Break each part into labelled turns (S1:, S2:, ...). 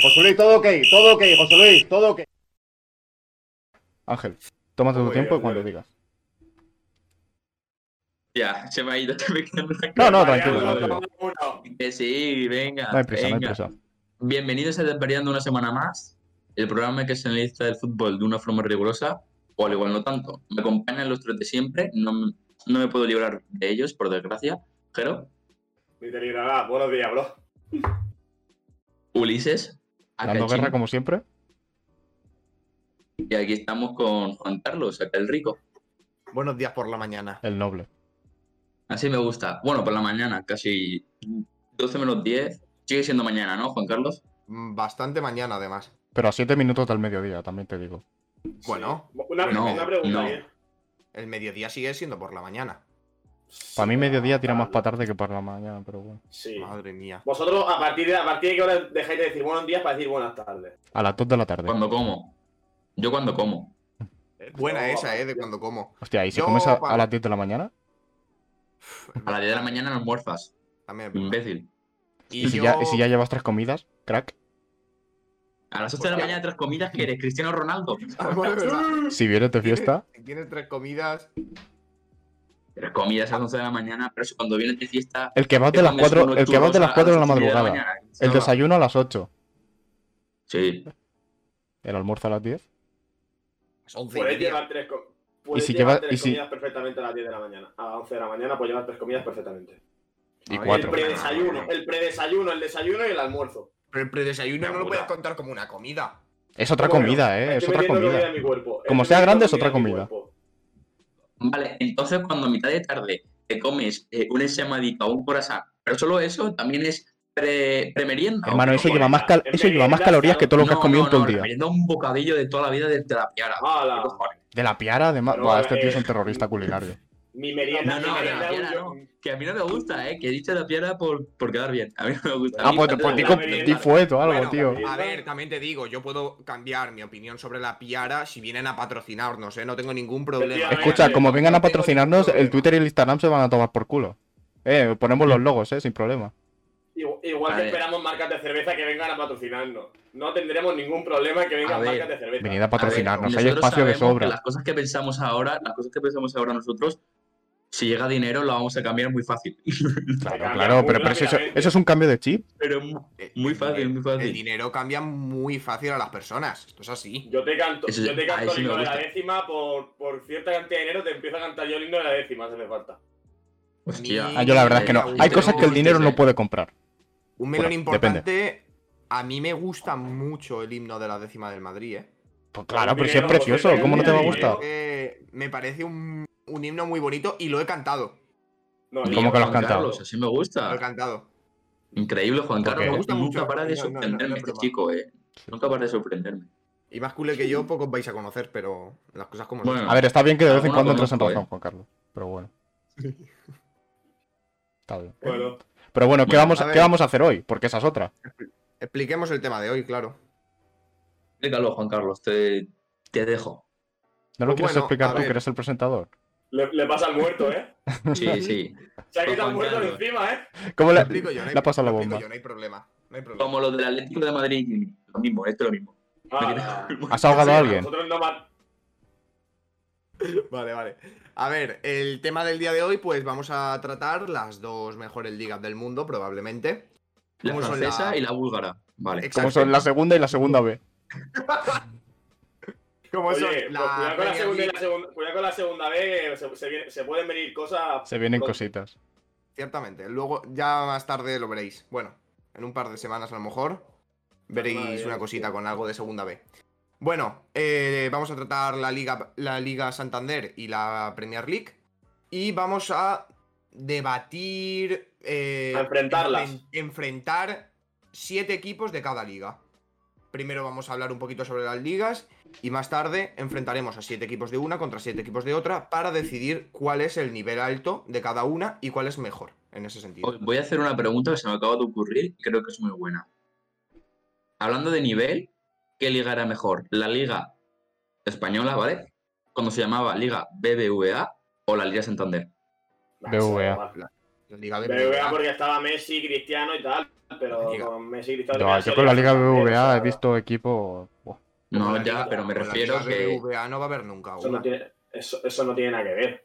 S1: José Luis, todo ok, todo ok, José Luis, todo ok.
S2: Ángel, tómate tu
S1: Voy,
S2: tiempo y
S1: voy.
S2: cuando digas.
S3: Ya, se me ha ido también con una
S2: No, no,
S1: Vaya,
S2: tranquilo,
S1: no,
S2: tranquilo.
S3: Que Eh, sí, venga.
S2: No hay prisa, no hay
S3: venga.
S2: prisa.
S3: Bienvenidos a Desvariando una semana más, el programa que se analiza el fútbol de una forma rigurosa, o al igual no tanto. Me acompañan los tres de siempre, no, me- no me puedo librar de ellos, por desgracia. Jero,
S1: Ni te librarás, ah, buenos días, bro.
S3: Ulises,
S2: Dando
S3: Akachim,
S2: guerra como siempre.
S3: y aquí estamos con Juan Carlos, acá el rico.
S4: Buenos días por la mañana.
S2: El noble.
S3: Así me gusta. Bueno, por la mañana, casi 12 menos 10. Sigue siendo mañana, ¿no, Juan Carlos?
S4: Mm, Bastante mañana, además.
S2: Pero a 7 minutos del mediodía, también te digo.
S4: Bueno,
S1: Una,
S3: No,
S1: una pregunta,
S3: no.
S1: ¿eh?
S4: el mediodía sigue siendo por la mañana.
S2: Para mí mediodía tira más para tarde que para la mañana, pero bueno.
S1: Sí.
S4: Madre mía.
S1: Vosotros, a partir, de, a partir de qué hora dejáis de decir buenos días para decir buenas tardes.
S2: A las 2 de la tarde.
S3: Cuando como. Yo cuando como.
S4: Buena
S1: No,
S4: esa,
S1: vamos,
S4: ¿eh? De
S1: tío.
S4: cuando como.
S2: Hostia, ¿y si
S4: Yo
S2: comes a,
S4: pa-
S2: a las 10 de la mañana?
S3: A las 10 de la mañana no almuerzas.
S4: También es verdad.
S3: Imbécil.
S2: ¿Y, si, ya, y si ya llevas tres comidas? Crack.
S3: A las 8 de la
S4: Hostia.
S3: mañana tres comidas que eres Cristiano Ronaldo.
S4: Ah, bueno, es verdad.
S2: Si vienes de fiesta,
S4: Si tienes tres comidas.
S3: Tres comidas a las 11 de la mañana, pero eso cuando vienes de fiesta.
S2: el que vas de
S3: te
S2: las
S3: comes
S2: 4,
S3: unos
S2: el que vas de
S3: churros
S2: las
S3: a
S2: 4 de la
S3: ocho y media
S2: madrugada.
S3: mañana.
S2: El
S3: No,
S2: desayuno a las 8.
S3: Sí.
S2: El almuerzo a las 10.
S4: las Pues once y
S1: Puedes
S4: media.
S1: llevar tres, co- puedes
S2: ¿Y si
S1: llevar
S2: lleva-
S1: tres
S2: y si-
S1: comidas perfectamente a las 10 de la mañana. A las 11 de la mañana puedes llevar tres comidas perfectamente.
S2: Y
S4: A ver,
S1: El
S2: cuatro.
S1: predesayuno, el predesayuno, el desayuno y el almuerzo.
S4: Pero el predesayuno no lo
S3: Una
S4: puedes
S3: puta.
S4: contar como una comida.
S2: Es otra
S1: Bueno,
S2: comida, eh.
S1: estoy
S2: Es otra
S1: metiendo
S2: comida.
S1: en mi cuerpo.
S2: Como
S1: Estoy
S2: sea
S1: metiendo
S2: grande, es otra
S1: en mi
S2: comida.
S1: cuerpo.
S3: Vale, entonces cuando a mitad de tarde te comes eh, una ensamadita o un corazón, pero solo eso también es pre, premerienda. ¿o
S2: Hermano,
S3: qué
S2: eso
S3: cojones?
S2: lleva más, cal-
S1: En
S2: eso lleva más
S1: merienda,
S2: calorías
S1: claro.
S2: que todo lo que has
S3: No,
S2: comido
S3: no,
S2: en todo
S3: no,
S2: el
S3: la
S2: día.
S3: merienda es un bocadillo de toda la vida desde la piara.
S1: ¡Hala!
S3: ¿Qué cojones?
S2: De la piara, además.
S1: No,
S2: Buah, este
S1: eh,
S2: tío es un terrorista culinario.
S1: Mi merienda,
S3: No, no,
S1: mi
S3: la
S1: merienda,
S3: piedra
S1: yo-
S3: no. Que a mí no me gusta, ¿eh? Que he dicho la piara por, por quedar bien. A mí no me gusta. A
S2: Ah,
S3: mí
S2: pues,
S3: me
S2: pues
S3: parece
S2: di,
S1: la
S3: una
S2: con-
S1: merienda.
S2: di fueto algo,
S4: Bueno,
S2: tío.
S4: A ver, también te digo, yo puedo cambiar mi opinión sobre la piara si vienen a patrocinarnos, ¿eh? No tengo ningún problema.
S1: Efectivamente.
S2: Escucha, como vengan a
S4: No tengo
S2: patrocinarnos,
S4: ningún
S2: el
S4: problema.
S2: Twitter y el Instagram se van a tomar por culo. Eh, ponemos los logos, eh, sin problema.
S1: Igu- Igual que
S3: Vale.
S1: esperamos marcas de cerveza que vengan a patrocinarnos. No tendremos ningún problema en que vengan
S3: A ver,
S1: marcas de cerveza.
S2: Venid a
S3: A ver,
S2: patrocinarnos, hay
S3: nosotros
S2: espacio de
S3: sabemos que
S2: sobra.
S3: Las cosas que pensamos ahora, las cosas que pensamos ahora nosotros, si llega dinero, la vamos a cambiar muy fácil.
S2: Claro,
S1: cambia
S2: claro,
S1: muy
S2: pero, pero eso,
S1: rápidamente.
S2: eso es un cambio de chip.
S3: Pero mu-
S4: Eh,
S3: muy
S4: el
S3: fácil,
S4: dinero-
S3: muy fácil.
S4: El dinero cambia muy fácil a las personas. Esto es así.
S1: Yo te canto,
S3: Eso-
S1: yo te
S3: ahí
S1: canto
S3: sí
S1: el himno
S3: me
S1: de la
S3: gusta.
S1: décima por, por cierta cantidad de dinero, te empiezo a cantar yo el himno de la décima, se me falta.
S3: Hostia.
S2: Ah, yo la verdad es que no.
S4: Eh,
S2: Hay
S4: yo
S2: cosas que el
S4: tengo
S2: dinero no
S3: muchos, eh.
S2: puede comprar.
S4: Un melón
S2: Bueno,
S4: importante. A mí me gusta mucho el himno de la décima del Madrid, ¿eh?
S2: Pues claro, pero si es
S1: Dinero,
S2: precioso,
S1: dinero,
S2: ¿cómo no te va a
S1: dinero.
S2: gustar?
S4: Eh, me parece un, un himno muy bonito y lo he cantado.
S1: No,
S3: Bien,
S1: yo-
S2: ¿Cómo que lo has
S3: Juan
S2: cantado?
S3: Carlos, así me
S4: Lo he
S3: gusta.
S4: cantado.
S3: Increíble, Juan
S2: Porque-
S3: Carlos.
S2: Me
S4: gusta
S3: nunca
S4: mucho.
S3: para de
S4: No, no, no, no,
S3: sorprenderme
S4: no es
S3: este
S4: broma.
S3: chico, eh. Nunca para de sorprenderme.
S4: Y más cool que yo, pocos vais a conocer, pero las cosas como son.
S3: Bueno.
S2: A ver, está bien que de vez en
S3: Alguno
S2: cuando entres en
S3: conozco,
S2: razón,
S3: eh.
S2: Juan Carlos. Pero bueno. Está bien.
S1: Bueno,
S2: Pero bueno, ¿qué
S3: Bueno,
S2: vamos
S4: a
S2: a-
S4: ver.
S2: qué vamos a hacer hoy? Porque esa es otra.
S4: Expliquemos el tema de hoy, claro.
S3: Explícalo, Juan Carlos, te, te dejo.
S2: ¿No lo
S4: Pues
S2: quieres
S4: bueno,
S2: explicar
S4: a
S2: tú, que
S4: ver.
S2: eres el presentador?
S1: le, le pasa al muerto, ¿eh?
S3: Sí, sí.
S1: Se ha
S3: Pues
S1: quitado el
S3: Juan
S1: muerto de
S3: Carlos.
S1: encima, ¿eh?
S2: ¿Cómo
S4: Lo
S2: le,
S4: explico yo, no hay,
S2: le ha pasado la
S4: lo explico
S2: bomba?
S4: yo, no hay problema. No hay problema.
S3: Como los del Atlético de Madrid. Lo mismo, esto es lo mismo.
S1: Ah,
S2: ¿Has ahogado a alguien?
S1: nosotros no ma-
S4: Vale, vale. A ver, el tema del día de hoy, pues vamos a tratar las dos mejores ligas del mundo, probablemente.
S3: La
S4: ¿Cómo son
S3: francesa
S4: la-
S3: y la búlgara. Vale.
S4: Exacto.
S2: Como son la segunda y la segunda B.
S4: Como
S1: Oye,
S4: son
S1: pues
S4: la
S1: cuidado, con la
S4: Premier
S1: segunda, y
S4: League,
S1: la segunda- cuidado con la segunda vez, se, se viene- se pueden venir cosas.
S2: Se vienen
S1: Con-
S2: cositas.
S4: Ciertamente. Luego, ya más tarde lo veréis. Bueno, en un par de semanas a lo mejor
S1: Madre
S4: veréis
S1: mía.
S4: una cosita con algo de segunda B. Bueno, eh, vamos a tratar la Liga, la Liga Santander y la Premier League. Y vamos a debatir. eh,
S1: A enfrentarlas.
S4: enfren- enfrentar siete equipos de cada liga. Primero vamos a hablar un poquito sobre las ligas y más tarde enfrentaremos a siete equipos de una contra siete equipos de otra para decidir cuál es el nivel alto de cada una y cuál es mejor en ese sentido.
S3: Voy a hacer una pregunta que se me acaba de ocurrir y creo que es muy buena. Hablando de nivel, ¿qué liga era mejor? ¿La liga española, ¿vale? Cuando se llamaba Liga BBVA o la Liga Santander.
S1: Nah,
S2: BVA.
S1: se va a llamar.
S4: La Liga BBVA.
S1: BBVA porque estaba Messi, Cristiano y tal, pero
S4: Liga.
S1: con Messi, Cristiano...
S2: No,
S1: Cristiano,
S2: yo con la Liga
S1: Cristiano,
S2: BBVA he
S1: pero
S2: visto equipos. buah,
S3: No,
S4: Con la
S3: ya,
S4: Liga-
S3: pero me
S4: con la
S3: refiero
S1: Pues
S4: Liga
S3: que.
S4: BBVA no va a haber nunca
S1: Eso
S4: una.
S1: no, tiene, eso, eso no tiene nada que ver.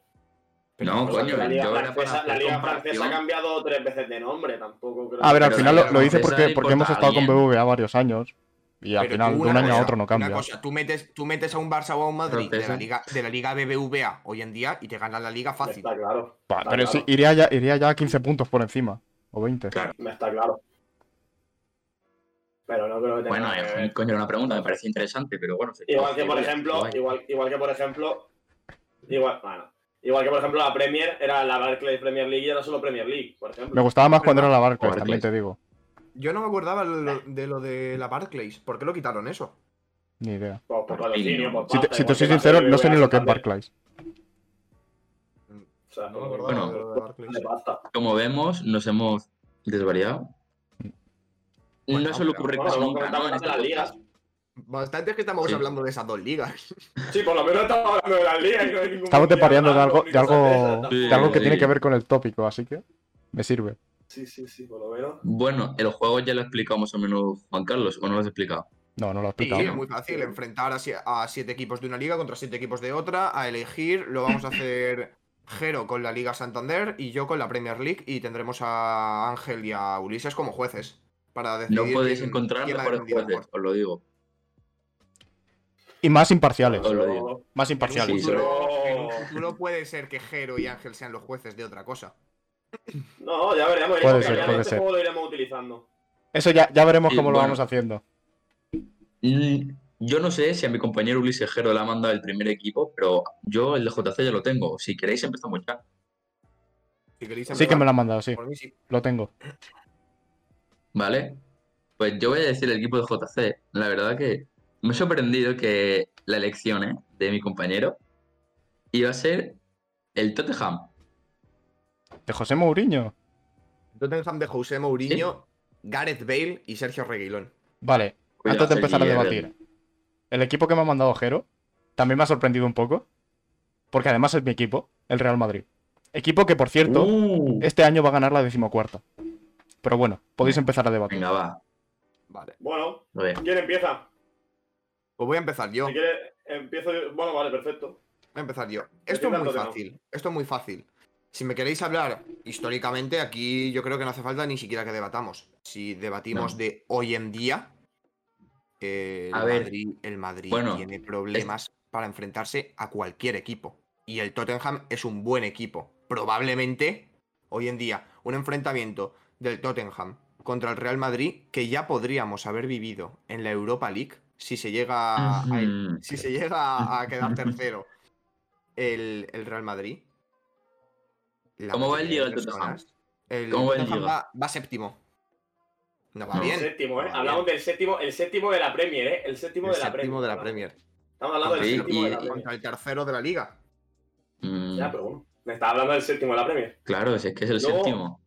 S3: No,
S1: O sea,
S3: coño,
S1: Pues la Liga,
S3: yo era para
S1: francesa,
S3: hacer
S1: la Liga francesa
S3: comparación.
S1: ha cambiado tres veces de nombre, tampoco creo...
S2: A ver, al
S3: Pero
S2: final
S4: la
S2: lo,
S4: Liga
S2: lo hice
S3: Francesa
S2: porque,
S3: le
S2: porque hemos
S3: importa a
S2: estado con
S3: alguien.
S2: BBVA varios años y al
S4: pues Pero
S2: final
S4: tú
S2: de
S4: una
S2: un año a
S4: cosa,
S2: otro no
S4: Una
S2: cambia.
S4: cosa, tú metes, tú metes a un Barça o a un Madrid de la,
S3: Francesa.
S4: Liga, de la Liga BBVA hoy en día y te ganan la Liga
S1: Me
S4: fácil.
S1: está claro,
S2: Pa-
S1: está
S2: pero
S1: claro,
S2: sí, iría ya, iría ya a 15 puntos por encima, o 20.
S3: Claro.
S1: me está claro. Pero no creo que tenga
S3: Bueno,
S1: nada que ver.
S3: eh, coño, era una pregunta, me parece interesante, pero bueno. sí.
S1: Igual que por
S3: Guay.
S1: ejemplo,
S3: Guay.
S1: igual, igual que por ejemplo, igual, bueno, igual que por ejemplo la Premier era la Barclays Premier League y era solo Premier League, por ejemplo.
S2: Me gustaba más cuando era la Barclays,
S3: Barclays.
S2: también te digo.
S4: Yo no me acordaba lo- de lo de la Barclays. ¿Por qué lo quitaron eso?
S2: Ni idea.
S1: Por, por Pues, patrocinio, por
S2: Si te,
S1: pasta,
S2: si te
S1: igual
S2: soy
S1: que la
S2: sincero, no
S1: BBVA
S2: sé ni lo que es
S1: también.
S2: Barclays.
S1: O sea,
S4: No me
S1: por-
S4: acordaba
S3: Bueno. pues,
S4: de lo de
S1: de
S4: Barclays.
S1: pasta.
S3: Como vemos, nos hemos desvariado.
S4: Bueno,
S3: no suele
S4: pero-
S3: ocurrir
S1: Bueno,
S3: casi
S1: lo
S3: nunca, ¿no?
S1: comentamos
S3: En
S1: de
S3: este
S1: las ligas.
S3: podcast.
S4: Bastante es que estamos
S3: Sí.
S4: hablando de esas dos ligas.
S1: Sí, por lo menos estamos hablando de las ligas. y no hay ningún
S2: Estamos
S1: mundial
S2: desvariando de
S1: hablando,
S2: algo,
S1: ni
S2: de algo,
S1: cosas de
S3: Sí.
S1: esas.
S2: de algo que
S3: Sí.
S2: tiene que ver con el tópico, así que me sirve.
S1: Sí, sí, sí, por lo menos.
S3: Bueno, el juego ya lo ha explicado más o menos Juan Carlos, ¿o no lo has explicado?
S2: No, no lo he
S4: Sí,
S2: explicado.
S4: es muy fácil enfrentar a, sie- a siete equipos de una liga contra siete equipos de otra, a elegir. Lo vamos a hacer Jero con la Liga Santander y yo con la Premier League y tendremos a Ángel y a Ulises como jueces para decidir.
S3: No podéis
S4: quién-
S3: encontrar
S4: quién va a
S3: mejores
S4: defender
S3: jueces, os lo digo.
S2: Y más imparciales.
S3: Os lo digo.
S1: Pero-
S2: Más
S4: En un
S2: imparciales.
S3: Sí,
S4: futuro-
S1: sí.
S4: en un futuro puede ser que Jero y Ángel sean los jueces de otra cosa.
S1: No, ya veremos.
S2: Puede
S1: iremos
S2: ser,
S1: cambiando
S2: puede
S1: este
S2: ser.
S1: juego lo iremos utilizando.
S2: Eso ya, ya veremos
S3: Sí,
S2: cómo lo
S3: bueno.
S2: vamos haciendo.
S3: Mm, Yo no sé si a mi compañero Ulises Jero le ha mandado el primer equipo, pero yo el de JC ya lo tengo. Si queréis empezamos ya.
S4: Si queréis
S2: Sí que me
S4: empezar,
S2: lo han mandado, sí.
S4: por mí sí.
S2: Lo tengo.
S3: ¿Vale? Pues yo voy a decir el equipo de JC. La verdad que me he sorprendido que la elección ¿eh? de mi compañero iba a ser el Tottenham.
S2: De José Mourinho.
S4: Tottenham de José Mourinho, Gareth Bale y Sergio Reguilón.
S2: Vale,
S3: Cuidado,
S2: antes de empezar a
S3: y el-
S2: debatir. El equipo que me ha mandado Jero también me ha sorprendido un poco. Porque además es mi equipo, el Real Madrid. Equipo que, por cierto,
S3: Uh,
S2: este año va a ganar la decimocuarta. Pero bueno, podéis empezar a debatir.
S3: Venga, va.
S4: Vale.
S1: Bueno,
S3: A ver.
S1: ¿quién empieza?
S4: Pues voy a empezar yo.
S1: Si
S4: Voy
S1: quieres, empiezo yo. Bueno, vale, perfecto.
S4: a empezar yo. Esto es
S1: tanto
S4: muy
S1: que no.
S4: fácil. Esto es muy fácil. Si me queréis hablar históricamente, aquí yo creo que no hace falta ni siquiera que debatamos. Si debatimos
S3: No.
S4: de hoy en día, el
S3: A ver.
S4: Madrid, el Madrid
S3: Bueno,
S4: tiene problemas para enfrentarse a cualquier equipo. Y el Tottenham es un buen equipo. Probablemente, hoy en día, un enfrentamiento del Tottenham contra el Real Madrid que ya podríamos haber vivido en la Europa League si se llega a- a,
S3: Ujú. Mm.
S4: si se llega a- a quedar tercero el, el Real Madrid. la
S3: ¿Cómo va el
S4: mayoría de
S3: Liga del Tottenham?
S4: personas- el
S3: ¿Cómo va el
S4: Tottenham
S3: Liga?
S4: va, va séptimo. No va
S3: No.
S4: bien.
S1: Séptimo, ¿eh?
S4: no va
S1: Hablamos
S4: bien.
S1: del séptimo, el séptimo de la Premier, ¿eh? El séptimo
S4: El
S1: de la
S4: séptimo
S1: Premier.
S4: de la
S1: ¿no?
S4: Premier.
S1: Estamos hablando del
S3: Sí,
S1: séptimo
S3: y-
S1: de la
S3: y-
S1: Premier.
S4: Contra el tercero de la Liga.
S3: Mm,
S1: Ya, pero bueno. Me estaba hablando del séptimo de la Premier.
S3: claro, si es que es el
S1: Luego-
S3: séptimo.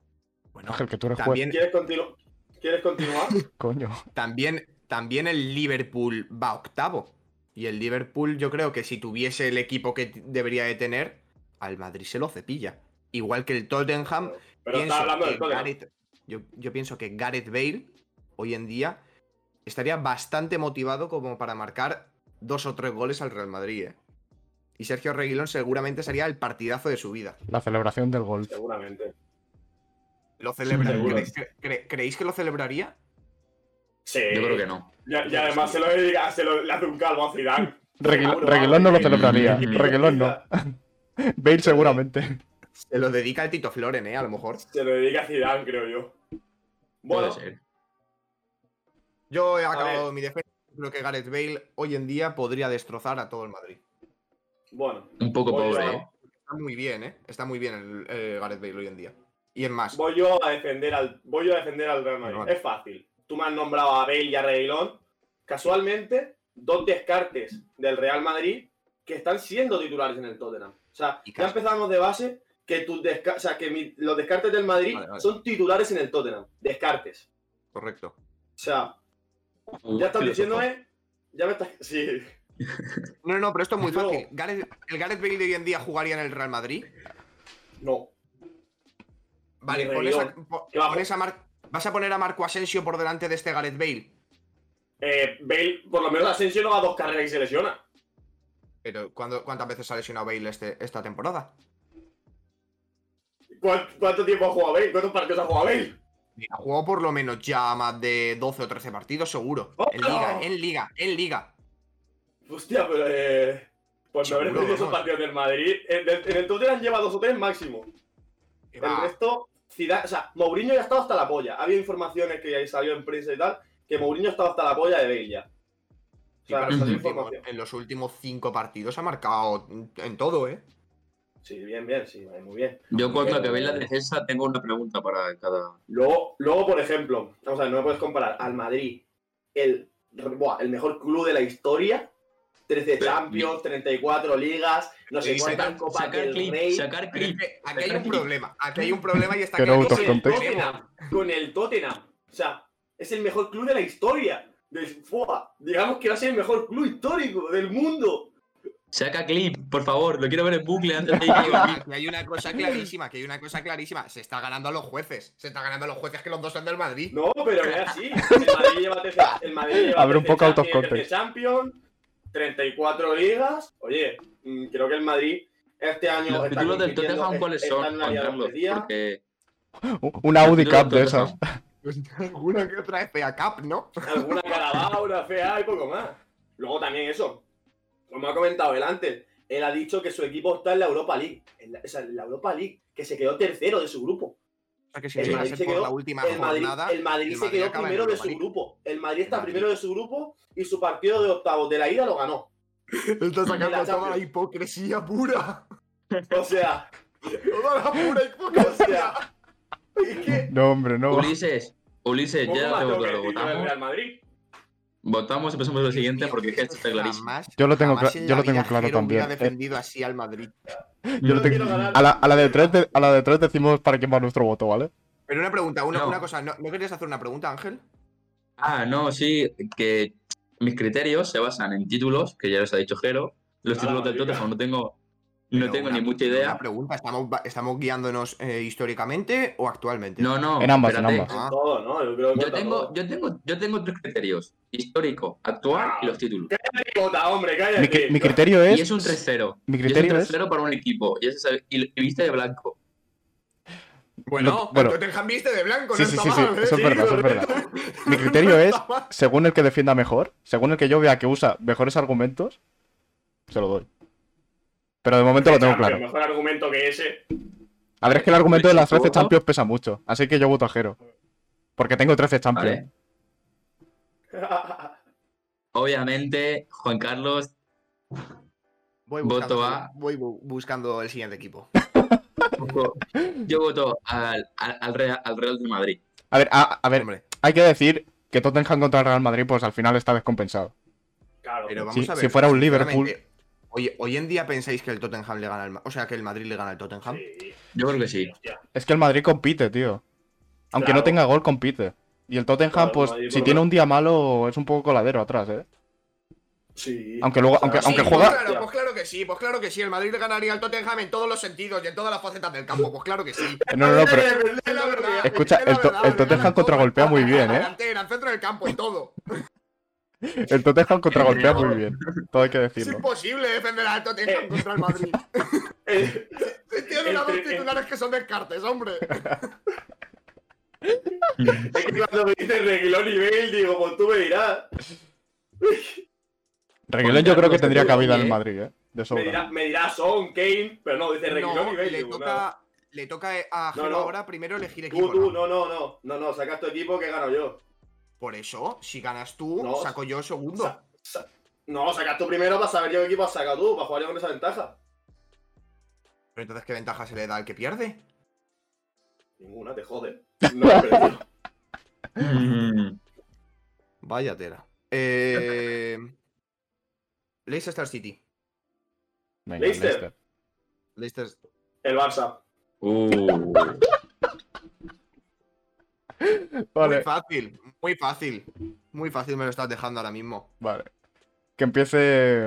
S4: Bueno,
S2: Ángel, que tú eres juez,
S4: también,
S1: ¿Quieres, continu- ¿Quieres continuar?
S2: coño.
S4: también, también el Liverpool va octavo. Y el Liverpool, yo creo que si tuviese el equipo que t- debería de tener, al Madrid se lo cepilla. Igual que el Tottenham,
S1: Pero
S4: pienso
S1: estaba hablando del
S4: que
S1: Tottenham.
S4: Gareth- yo, yo pienso que Gareth Bale hoy en día estaría bastante motivado como para marcar dos o tres goles al Real Madrid. ¿eh? Y Sergio Reguilón seguramente sería el partidazo de su vida.
S2: La celebración del gol.
S1: Seguramente.
S4: ¿Lo celebra-
S3: Seguro.
S4: ¿Creéis, que, cre- creéis que lo celebraría?
S1: Sí.
S3: Yo creo que no.
S1: Y, y además se lo, dedica- se lo- le hace un calvo a Zidane.
S2: Reguil-
S1: Seguro,
S2: Reguilón no lo
S1: vamos.
S2: celebraría.
S3: Mm.
S2: Reguilón no. Bale seguramente.
S4: Se lo dedica el Tito Floren, ¿eh? a lo mejor.
S1: Se lo dedica a Zidane, creo yo. Bueno,
S3: Puede ser.
S4: Yo he
S1: ver.
S4: acabado mi defensa. Creo que Gareth Bale hoy en día podría destrozar a todo el Madrid.
S1: bueno.
S3: Un poco
S1: Voy
S3: pobre,
S1: yo.
S3: ¿eh?
S4: Está muy bien, ¿eh? Está muy bien el, eh, Gareth Bale hoy en día. Y es más,
S1: Voy yo a defender al, voy yo a defender al Real Madrid.
S4: Vale.
S1: Es fácil. Tú me has nombrado a Bale y a Reguilón. Casualmente, dos descartes del Real Madrid que están siendo titulares en el Tottenham. O sea,
S4: Y
S1: ya
S4: casi.
S1: empezamos de base que tus desca- o sea, que mi- los descartes del Madrid
S4: Vale, vale.
S1: son titulares en el Tottenham. Descartes.
S4: correcto.
S1: O sea,
S3: Un
S1: ya estás
S3: filósofo.
S1: diciéndome. Ya me estás. Sí.
S4: No, no, pero esto es muy
S1: Luego-
S4: fácil. Gareth- ¿El Gareth Bale de hoy en día jugaría en el Real Madrid?
S1: No.
S4: Vale,
S1: Ni
S4: pones a,
S1: Reguilón.
S4: po-
S1: Que bajo.
S4: pones a Mar- ¿Vas a poner a Marco Asensio por delante de este Gareth Bale?
S1: Eh, Bale, por lo menos Asensio no va a dos carreras y se lesiona.
S4: Pero ¿cuándo- ¿cuántas veces ha lesionado Bale este- esta temporada?
S1: ¿Cuán- ¿Cuánto, tiempo ha jugado Bale? ¿Cuántos partidos ha jugado Bale?
S4: Ha jugado por lo menos ya más de 12 o 13 partidos, seguro. En
S1: ¡Oh!
S4: liga, en liga, en liga.
S1: Hostia, pero eh. Pues no habré
S4: Seguro,
S1: perdido esos
S4: vamos.
S1: partidos del Madrid. En, en- en el Tottenham lleva dos o tres máximo.
S4: Que
S1: El
S4: va.
S1: resto, Zidane- o sea, Mourinho ya estaba hasta la polla. Había informaciones que ya salió en prensa y tal, que Mourinho estaba hasta la polla de Bale ya. O
S4: Sí,
S1: sea,
S4: pero en los
S1: salió
S4: últimos-
S1: información.
S4: en los últimos cinco partidos ha marcado en todo, ¿eh?
S1: Sí, bien, bien, sí, vale, muy bien.
S3: Yo cuando
S1: Bien.
S3: acabé la defensa tengo una pregunta para cada...
S1: Luego, luego, por ejemplo, vamos a ver, no me puedes comparar al Madrid, el, buah, el mejor club de la historia, 13
S3: Pero-
S1: Champions, 34 ligas, no sé
S4: Sí,
S1: cuántas
S3: Sacar,
S1: copas
S3: sacar
S1: del
S3: clip,
S1: Rey.
S3: sacar
S4: Pero es
S3: clip.
S4: que aquí hay un
S3: Aquí.
S4: problema, aquí hay un problema y está
S2: Pero
S4: claro
S2: out
S1: con
S2: of
S1: el
S4: que-
S2: context.
S1: Tottenham, con el Tottenham. O sea, es el mejor club de la historia. De, fuah, digamos que va a ser el mejor club histórico del mundo.
S3: Saca clip, por favor. Lo quiero ver en bucle antes de ir a
S4: Aquí hay una cosa clarísima, que hay una cosa clarísima. Se está ganando a los jueces. Se está ganando a los jueces que los dos son del Madrid.
S1: No, pero es así. El Madrid lleva 13, el Madrid lleva
S2: Abre un
S1: 13
S2: poco out of
S1: Champions,
S2: context.
S1: 13 Champions, 34 ligas. Oye, mm, creo que el Madrid este año.
S3: Los
S1: está
S3: títulos del
S1: compitiendo,
S3: Tottenham,
S1: es-
S3: ¿cuáles
S1: está en
S3: son,
S1: una
S3: Juan
S1: liga
S3: Carlos?
S1: competida.
S3: Porque...
S2: Una Audi
S3: Yo no
S2: Cup de
S3: creo que
S2: esas.
S4: Alguna pues, que otra FA Cup, ¿no?
S1: alguna Carabao, una fea y poco más. Luego también eso, como ha comentado él antes, él ha dicho que su equipo está en la Europa League, en la, o sea, en la Europa League, que se quedó tercero de su grupo.
S4: O sea, que si
S1: El
S4: no
S1: Madrid
S4: llega a ser
S1: se
S4: por
S1: quedó-
S4: la última
S1: El Madrid,
S4: jornada,
S1: el Madrid
S4: el
S1: se
S4: Madrid
S1: quedó
S4: acaba en
S1: primero de
S4: Europa
S1: su
S4: League.
S1: grupo. El Madrid está
S4: El Madrid.
S1: primero de su grupo y su partido de octavos de la ida lo ganó.
S4: está
S1: de la
S4: sacando toda la
S1: Champions.
S4: hipocresía pura.
S1: O sea,
S4: Toda la pura
S1: o
S4: hipocresía.
S1: sea, es que
S2: No, hombre, no.
S3: Ulises, Ulises,
S1: poco
S3: ya
S1: más
S3: te
S1: tengo
S3: voto,
S1: que
S3: lo
S1: decir yo del
S3: votamos.
S1: Real Madrid.
S3: Votamos y pasamos a lo siguiente porque es que esto está clarísimo.
S4: Jamás-
S2: Yo lo tengo
S4: jamás
S2: cla-
S4: en
S2: yo
S4: la
S2: lo tengo
S4: vida
S2: claro
S4: Jero
S2: también,
S4: hubiera
S2: eh.
S4: defendido así al Madrid.
S2: Yo
S1: no
S2: no tengo-
S1: quiero ganar.
S2: a, la, a la de tres de- a la de tres decimos para quién va nuestro voto, ¿vale?
S4: Pero una pregunta, una,
S3: No.
S4: una cosa. ¿no, ¿No querías hacer una pregunta, Ángel?
S3: Ah, no, sí, que mis criterios se basan en títulos, que ya los ha dicho Jero. Los
S1: Ah,
S3: títulos del
S1: marica.
S3: Tottenham no tengo,
S4: Pero
S3: no tengo
S4: una-
S3: ni mucha
S4: Una
S3: idea.
S4: pregunta, ¿estamos, ba- estamos guiándonos eh, históricamente o actualmente?
S3: No, no,
S2: En ambas, en
S3: espérate.
S2: ambas.
S4: Ah,
S1: Todo, ¿no? Yo creo que
S3: Yo
S1: vota todo.
S3: tengo, yo tengo, yo tengo tres criterios: histórico, actual y los títulos.
S1: Vota, hombre, cállate.
S2: Mi, cri- mi criterio
S3: Y es
S2: es.
S3: un 3-0.
S2: Mi
S3: Y es
S2: criterio es.
S3: un 3-0 para un equipo. Y, ese es el- y- y viste de blanco.
S2: no,
S4: bueno,
S2: bueno.
S4: el Tottenham viste de blanco,
S2: Sí,
S4: no
S2: sí,
S4: está
S2: sí, sí,
S4: mal, ¿eh?
S2: eso es
S1: Sí,
S2: verdad, eso es
S1: correcto.
S2: verdad. Mi criterio es,
S4: está mal.
S2: según el que defienda mejor, según el que yo vea que usa mejores argumentos, se lo doy. Pero de momento lo tengo
S1: Champions,
S2: claro.
S1: Mejor argumento que ese.
S2: A ver, es que el argumento de las 13
S3: ¿Seguro?
S2: Champions pesa mucho, así que yo voto a Jero. Porque tengo 13 Champions.
S3: Vale. Obviamente, Juan Carlos,
S4: Voy
S3: Voto
S4: buscando, eh,
S3: a-
S4: voy bu- buscando el siguiente equipo.
S3: yo voto al, al, al Real, al Real de Madrid.
S2: A ver, a, a ver,
S4: Hombre,
S2: hay que decir que Tottenham contra el Real Madrid, pues al final está descompensado.
S1: Claro.
S4: pero
S2: Si,
S4: vamos a ver.
S2: si fuera un Liverpool,
S4: sinceramente, Hoy, hoy en día pensáis que el Tottenham le gana al Ma- O sea, que el Madrid le gana al Tottenham.
S1: Sí,
S3: Yo creo que sí.
S1: hostia.
S2: es que el Madrid compite, tío. Aunque
S1: Claro.
S2: no tenga gol, compite. Y el Tottenham,
S1: Claro, el
S2: pues,
S1: Madrid,
S2: si
S1: por
S2: tiene
S1: lo-
S2: un día malo, es un poco coladero atrás, ¿eh?
S1: Sí.
S2: Aunque luego-
S1: O sea,
S2: aunque
S4: pues
S2: juega-
S4: Claro, pues claro que sí, pues claro que sí. El Madrid le ganaría al Tottenham en todos los sentidos y en todas las facetas del campo. Pues claro que sí.
S2: No, no, no, pero
S4: Es la verdad,
S2: Escucha,
S4: es la
S2: el to-
S4: verdad,
S2: el
S4: le
S2: Tottenham
S4: ganan todo,
S2: contragolpea
S4: en
S2: muy
S4: ataque,
S2: bien,
S4: en
S2: ¿eh?
S4: delantera, en centro del campo, en todo.
S2: el Tottenham contragolpea muy bien. Todo hay que
S4: Es
S2: decirlo.
S4: imposible defender al Tottenham
S1: Eh.
S4: contra el Madrid.
S1: Eh,
S4: Tiene
S1: El
S4: a dos
S1: tri- el-
S4: titulares que son descartes, hombre.
S1: es que cuando me dices Reguilón y Bale, digo, pues tú me dirás.
S2: Reguilón yo creo que
S3: Carlos,
S2: tendría
S3: que
S2: cabida en
S3: oye,
S2: el Madrid, ¿eh? De
S1: Me
S2: sobra.
S1: dirás me dirá Son, Kane, pero no, dices Reguilón
S4: No,
S1: y Bale.
S4: le
S1: digo, no.
S4: toca, le toca a
S1: No,
S4: Jero
S1: no.
S4: ahora primero elegir equipo.
S1: Tú, tú,
S4: ¿no?
S1: no, no, no, no, no, sacas tu equipo que gano yo.
S4: Por eso, si ganas tú,
S1: No.
S4: saco yo segundo.
S1: Sa- sa- no, sacas tú primero para saber yo qué equipo has sacado tú, para jugar yo con esa ventaja.
S4: Pero entonces, ¿qué ventaja se le da al que pierde?
S1: Ninguna, te jode. No, pero-
S3: Mm,
S4: Vaya tela. Eh... Leicester City.
S2: Venga,
S1: Leicester.
S2: Leicester.
S4: Leicester.
S1: el Barça.
S3: uh.
S4: Muy
S2: Vale,
S4: fácil, muy fácil. Muy fácil me lo estás dejando ahora mismo.
S2: vale. Que empiece.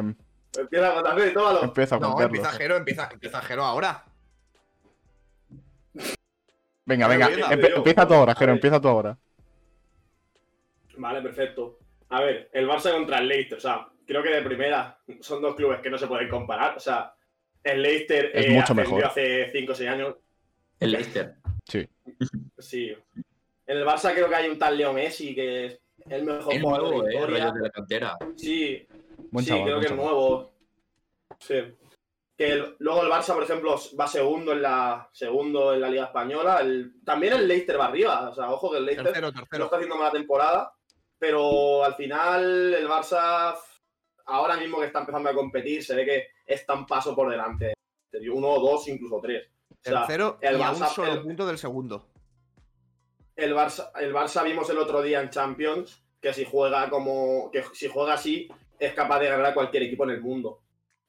S1: Empieza con Tafé, tómalo.
S2: Empieza Juan
S4: No,
S2: Carlos.
S4: empieza Jero, empieza, empieza Jero ahora.
S2: Venga,
S1: Bueno,
S2: venga.
S1: voy a
S2: empe-
S1: darle yo.
S2: empieza tú ahora, Jero,
S1: A ver.
S2: empieza tú ahora.
S1: Vale, perfecto. A ver, el Barça contra el Leicester, o sea, creo que de primera son dos clubes que no se pueden comparar. O sea, el Leicester
S2: Es mucho
S1: ascendió
S2: mejor.
S1: hace 5 o 6 años.
S3: El Leicester.
S1: Sí. En el Barça creo que hay un tal Leo Messi que es el mejor
S3: Es
S1: jugador de
S3: nuevo,
S1: la
S3: eh,
S1: historia.
S3: Rayos de la cantera.
S1: Sí,
S2: Buen
S1: sí,
S2: chaval,
S1: creo
S2: buen
S1: que es
S2: chaval.
S1: nuevo. Sí. Que el- luego el Barça, por ejemplo, va segundo en la segundo en la Liga española. El- también el Leicester va arriba. O sea, ojo que el Leicester
S4: Tercero,
S1: no
S4: tercero.
S1: está haciendo mala temporada, pero al final el Barça, ahora mismo que está empezando a competir, se ve que está un paso por delante. Uno, dos, incluso tres. O sea,
S4: Tercero
S1: el
S4: y a un
S1: Barça-
S4: solo
S1: el-
S4: punto del segundo.
S1: el Barça, el Barça vimos el otro día en Champions que si juega como que si juega así es capaz de ganar a cualquier equipo en el mundo.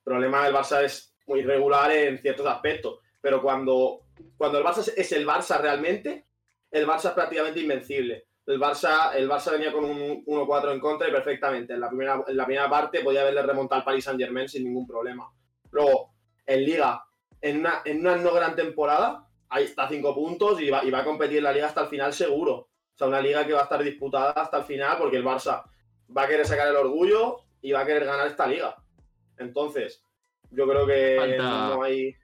S1: El problema del Barça es muy irregular en ciertos aspectos, pero cuando, cuando el Barça es- es el Barça realmente, el Barça es prácticamente invencible. El Barça, el Barça venía con un 1-4 en contra y perfectamente. En la primera, en la primera parte podía haberle remontado al Paris Saint Germain sin ningún problema. Luego, en Liga, en una, en una no gran temporada, ahí está a cinco puntos y va, y va a competir en la liga hasta el final seguro. O sea, una liga que va a estar disputada hasta el final porque el Barça va a querer sacar el orgullo y va a querer ganar esta liga. Entonces, yo creo que
S3: Falta-
S1: no hay.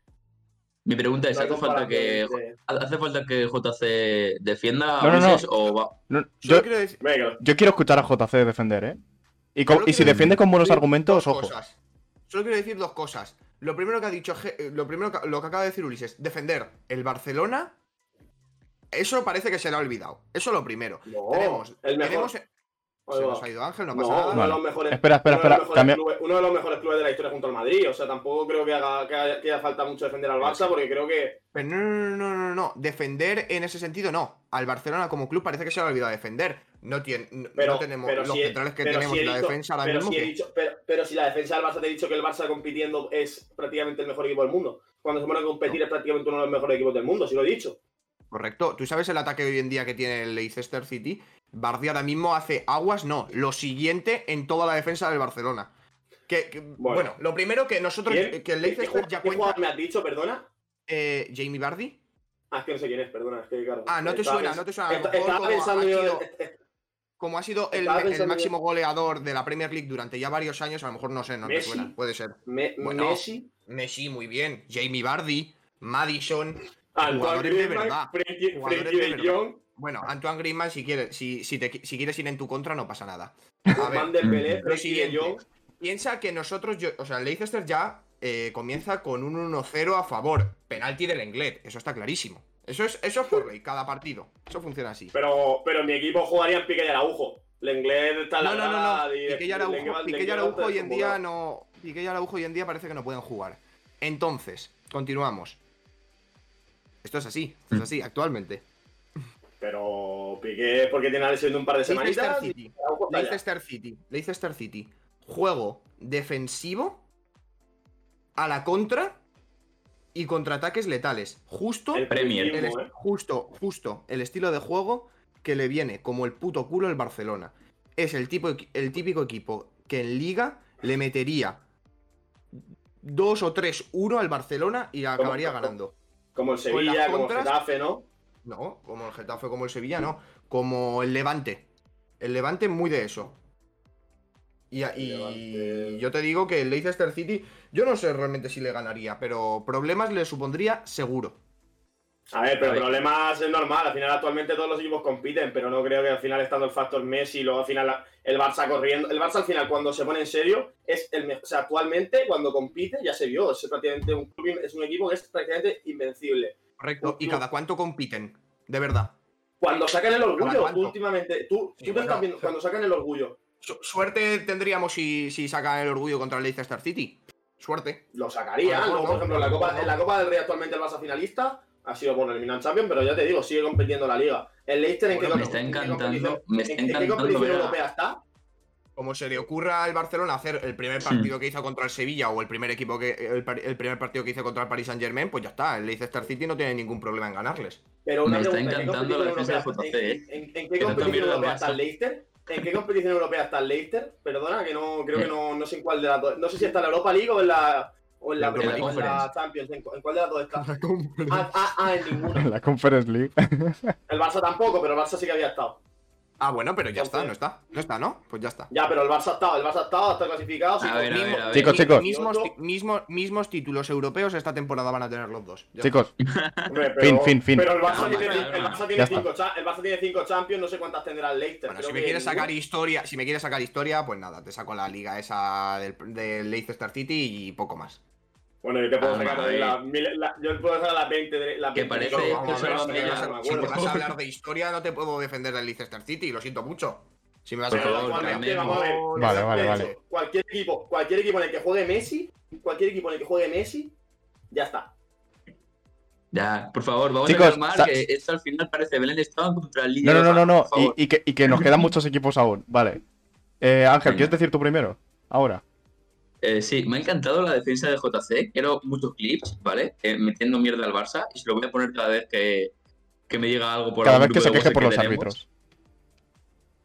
S3: Mi pregunta es,
S1: no hay
S3: ¿hace falta que
S1: comparación entre-
S3: hace falta que JC defienda
S2: No,
S3: a
S2: no, no.
S3: Ulises o va?
S2: No,
S4: Solo
S2: yo,
S4: quiero decir
S1: Venga,
S2: yo quiero escuchar a JC defender, ¿eh? Y, con-
S4: Yo lo
S2: y si
S4: quiero-
S2: defiende con buenos
S4: Sí,
S2: argumentos,
S4: dos
S2: ojo.
S4: cosas. Solo quiero decir dos cosas. Lo primero que ha dicho, Ge- eh, lo primero que, lo que acaba de decir Ulises, defender el Barcelona, eso parece que se le ha olvidado. Eso lo primero.
S1: no,
S4: tenemos,
S1: el mejor.
S4: tenemos-
S1: Ahí
S4: se
S1: va.
S4: nos ha ido Ángel, no
S1: No,
S4: pasa nada.
S1: uno de los
S2: Vale.
S1: mejores.
S2: Espera, espera,
S1: uno de los
S2: espera.
S1: mejores
S2: Cambia-
S1: clubes- uno de los mejores clubes de la historia junto al Madrid. O sea, tampoco creo que haga, que haya, que haya falta mucho defender al Barça porque creo que.
S4: Pero no, no, no, no, no. Defender en ese sentido, no. Al Barcelona como club parece que se le ha olvidado defender. No, tiene, no
S1: Pero,
S4: tenemos
S1: pero
S4: los
S1: si he-
S4: centrales que
S1: pero
S4: tenemos
S1: si he
S4: en la
S1: dicho-
S4: defensa ahora
S1: pero
S4: mismo.
S1: si he
S4: que-
S1: dicho- pero, pero si la defensa del Barça te he dicho que el Barça compitiendo es prácticamente el mejor equipo del mundo. Cuando se pone a competir es prácticamente uno de los mejores equipos del mundo, si lo he dicho.
S4: Correcto. ¿Tú sabes el ataque hoy en día que tiene el Leicester City? Bardi ahora mismo hace aguas, no. Lo siguiente en toda la defensa del Barcelona. Que, que- bueno. lo primero que nosotros,
S1: ¿Quién?
S4: eh, que
S1: ¿Qué-
S4: el
S1: qué
S4: Leicester
S1: ju-
S4: ya
S1: qué jugador
S4: cuenta.
S1: me has dicho, perdona?
S4: eh, Jamie Bardi.
S1: Ah, es que no sé quién es, perdona, es que claro.
S4: Ah, no te
S1: estaba
S4: suena,
S1: pens-
S4: no te suena. A lo
S1: esta-
S4: mejor
S1: Estaba
S4: como
S1: pensando
S4: ha
S1: yo.
S4: sido- Como ha sido el,
S1: Estaba
S4: el
S1: pensando yo-
S4: máximo goleador de la Premier League durante ya varios años, a lo mejor no sé, no te
S1: Messi.
S4: suena. Puede ser.
S1: Me-
S4: Bueno.
S1: Messi.
S4: Messi, muy bien. Jamie Bardi, Madison.
S1: Antoine
S4: Jugadores de
S1: Griezmann,
S4: verdad.
S1: Frenkie
S4: Jugadores
S1: Frenkie
S4: de
S1: de
S4: verdad.
S1: Jong,
S4: Bueno, Antoine Griezmann, si quieres, si, si, te, si quieres ir en tu contra, no pasa nada. A ver,
S1: Van der Belé,
S3: Lo
S1: Frenkie de
S4: siguiente.
S1: Jong.
S4: Piensa que nosotros, yo- o sea, el Leicester ya eh, comienza con un 1-0 a favor. Penalti del Englet, eso está clarísimo. Eso es, eso es por ley, cada partido. Eso funciona así.
S1: Pero, pero mi equipo jugaría en Piqué y Araujo. Lenglés está en la
S4: No, no, no, no.
S1: grada y-
S4: Piqué y Araujo,
S1: Lenglet-
S4: Piqué y
S1: Lenglet
S4: Araujo
S1: está
S4: hoy en día
S1: desconvocado.
S4: no. Piqué y Araujo hoy en día parece que no pueden jugar. Entonces, continuamos. Esto es así, esto es
S3: Mm.
S4: así, actualmente.
S1: Pero Piqué es porque tiene la lesión de un par de
S4: Leicester
S1: semanitas. y
S4: City.
S1: Araujo está allá.
S4: Leicester City. Leicester City. Juego defensivo a la contra y contraataques letales. Justo
S1: El
S3: Premier.
S4: el
S1: primitivo,
S4: est-
S1: ¿eh?
S4: justo, justo el estilo de juego que le viene como el puto culo el Barcelona. Es el, tipo, el típico equipo que en liga le metería 2 o 3-1 al Barcelona y acabaría
S1: cómo?
S4: ganando.
S1: Como el
S4: Con las
S1: Sevilla, como el
S4: contras-
S1: Getafe, ¿no?
S4: No, como el Getafe, como el Sevilla, no. Como el Levante. El Levante es muy de eso. Y, a- y
S1: Levante.
S4: yo te digo que el Leicester City, yo no sé realmente si le ganaría, pero problemas le supondría seguro.
S1: A ver, pero
S3: A ver.
S1: problemas es normal. Al final, actualmente todos los equipos compiten, pero no creo que al final estando el factor Messi, luego al final la- el Barça corriendo. El Barça al final, cuando se pone en serio, es el mejor. O sea, actualmente cuando compite, ya se vio, es prácticamente un, club in- es un equipo que es prácticamente invencible.
S4: Correcto. ¿Y
S1: Ujú.
S4: cada cuánto compiten? De verdad.
S1: Cuando sacan el orgullo,
S4: cuánto?
S1: últimamente, tú, tú
S4: Sí,
S1: te
S4: bueno,
S1: estás viendo,
S4: sí.
S1: cuando sacan el orgullo,
S4: Su- Suerte tendríamos si, si sacan el orgullo contra el Leicester City. Suerte.
S1: lo sacaría.
S4: A lo mejor
S1: Luego, por
S4: no,
S1: ejemplo, en
S4: a
S1: la,
S4: lo
S1: Copa,
S4: mejor
S1: en
S4: no.
S1: la Copa del Rey actualmente el Barça finalista ha sido por eliminar Champions, pero ya te digo, sigue compitiendo la Liga. El Leicester en
S4: Bueno,
S1: qué
S4: me
S1: comp-
S4: está
S1: en qué
S3: encantando-
S1: competición-
S3: me está
S1: en- en qué
S3: encantando
S1: competición
S3: ver a-
S1: europea está?
S4: Como se le ocurra al Barcelona hacer el primer
S3: Sí.
S4: partido que hizo contra el Sevilla o el primer equipo que el, par- el primer partido que hizo contra el Paris Saint Germain, pues ya está. El Leicester City no tiene ningún problema en ganarles.
S1: Pero una
S3: Me está
S1: pregunta, ¿en qué
S3: encantando la
S1: competición
S3: defensa
S1: europea-
S3: de
S1: ¿En, en- en qué
S3: Que no
S1: competición
S3: también la
S1: europea está
S3: Barça.
S1: el Leicester? ¿En qué competición europea está el Leicester? Perdona, que no creo que no, no sé en cuál de las dos. No sé si está en la Europa League o en la, o ¿O en la,
S4: En la
S1: primera, o en la
S3: Conference.
S1: Champions? ¿En, cu- en cuál de las dos está?
S4: La compra.
S1: Ah, ah, ah, en ninguna.
S2: La Conference League.
S1: El Barça tampoco, pero el Barça sí que había estado.
S4: Ah, bueno, pero ya está, no está. No está, ¿no? Pues ya está.
S1: Ya, pero el Barça ha estado, el Barça ha estado, está clasificado. sí,
S3: A ver, a ver, a ver.
S2: Chicos, chicos.
S4: Mismos, ti- mismo- mismos títulos europeos esta temporada van a tener los dos. Ya
S2: Chicos,
S1: hombre, pero-
S2: fin, fin, fin.
S1: Pero el Barça
S3: Ah,
S1: tiene,
S3: vale, vale,
S1: el Barça
S3: vale.
S1: tiene
S2: Ya
S1: cinco, cha- el Barça tiene cinco Champions, no sé cuántas tendrá el Leicester.
S4: Bueno,
S1: creo
S4: si me
S1: que
S4: quieres
S1: ninguna.
S4: sacar historia, si me quieres sacar historia, pues nada, te saco la liga esa del, del Leicester City y poco más.
S1: Bueno, yo te puedo
S3: Ah,
S1: sacar
S3: vale.
S1: las mil- la- yo puedo sacar las 20 de las
S3: Que
S1: 20
S3: parece
S1: de-
S3: que
S1: vamos,
S3: se
S1: vamos,
S3: lo
S1: vamos,
S3: han
S1: ya
S3: pillado.
S1: me
S4: si
S1: acuerdo.
S4: me vas a hablar de historia, no te puedo defender del Leicester City, lo siento mucho. Si me vas a
S3: Por
S4: hablar de
S3: favor,
S1: Cualquier-
S4: cualquier
S3: cambiemos.
S1: vamos a ver,
S4: gol,
S2: Vale,
S1: de
S2: vale,
S1: hecho,
S2: vale.
S1: Cualquier equipo, cualquier equipo en el que juegue Messi, cualquier equipo en el que juegue Messi, ya está.
S3: Ya, por favor, vamos
S2: Chicos,
S3: a calmar
S2: sa-
S3: que esto al final parece Belén de Esteban contra el
S2: No,
S3: líder.
S2: no, no, no, no.
S3: por favor.
S2: Y, y que, y que nos quedan muchos equipos aún. Vale. Eh, Ángel, ¿quieres decir tú primero? Ahora.
S3: Eh, sí, me ha encantado la defensa de JC. Quiero muchos clips, ¿vale? Eh, metiendo mierda al Barça y se lo voy a poner cada vez que, que me llega algo por
S2: Cada
S3: algún
S2: vez que se
S3: grupo de
S2: queje
S3: WhatsApp
S2: por los
S3: tenemos,
S2: árbitros.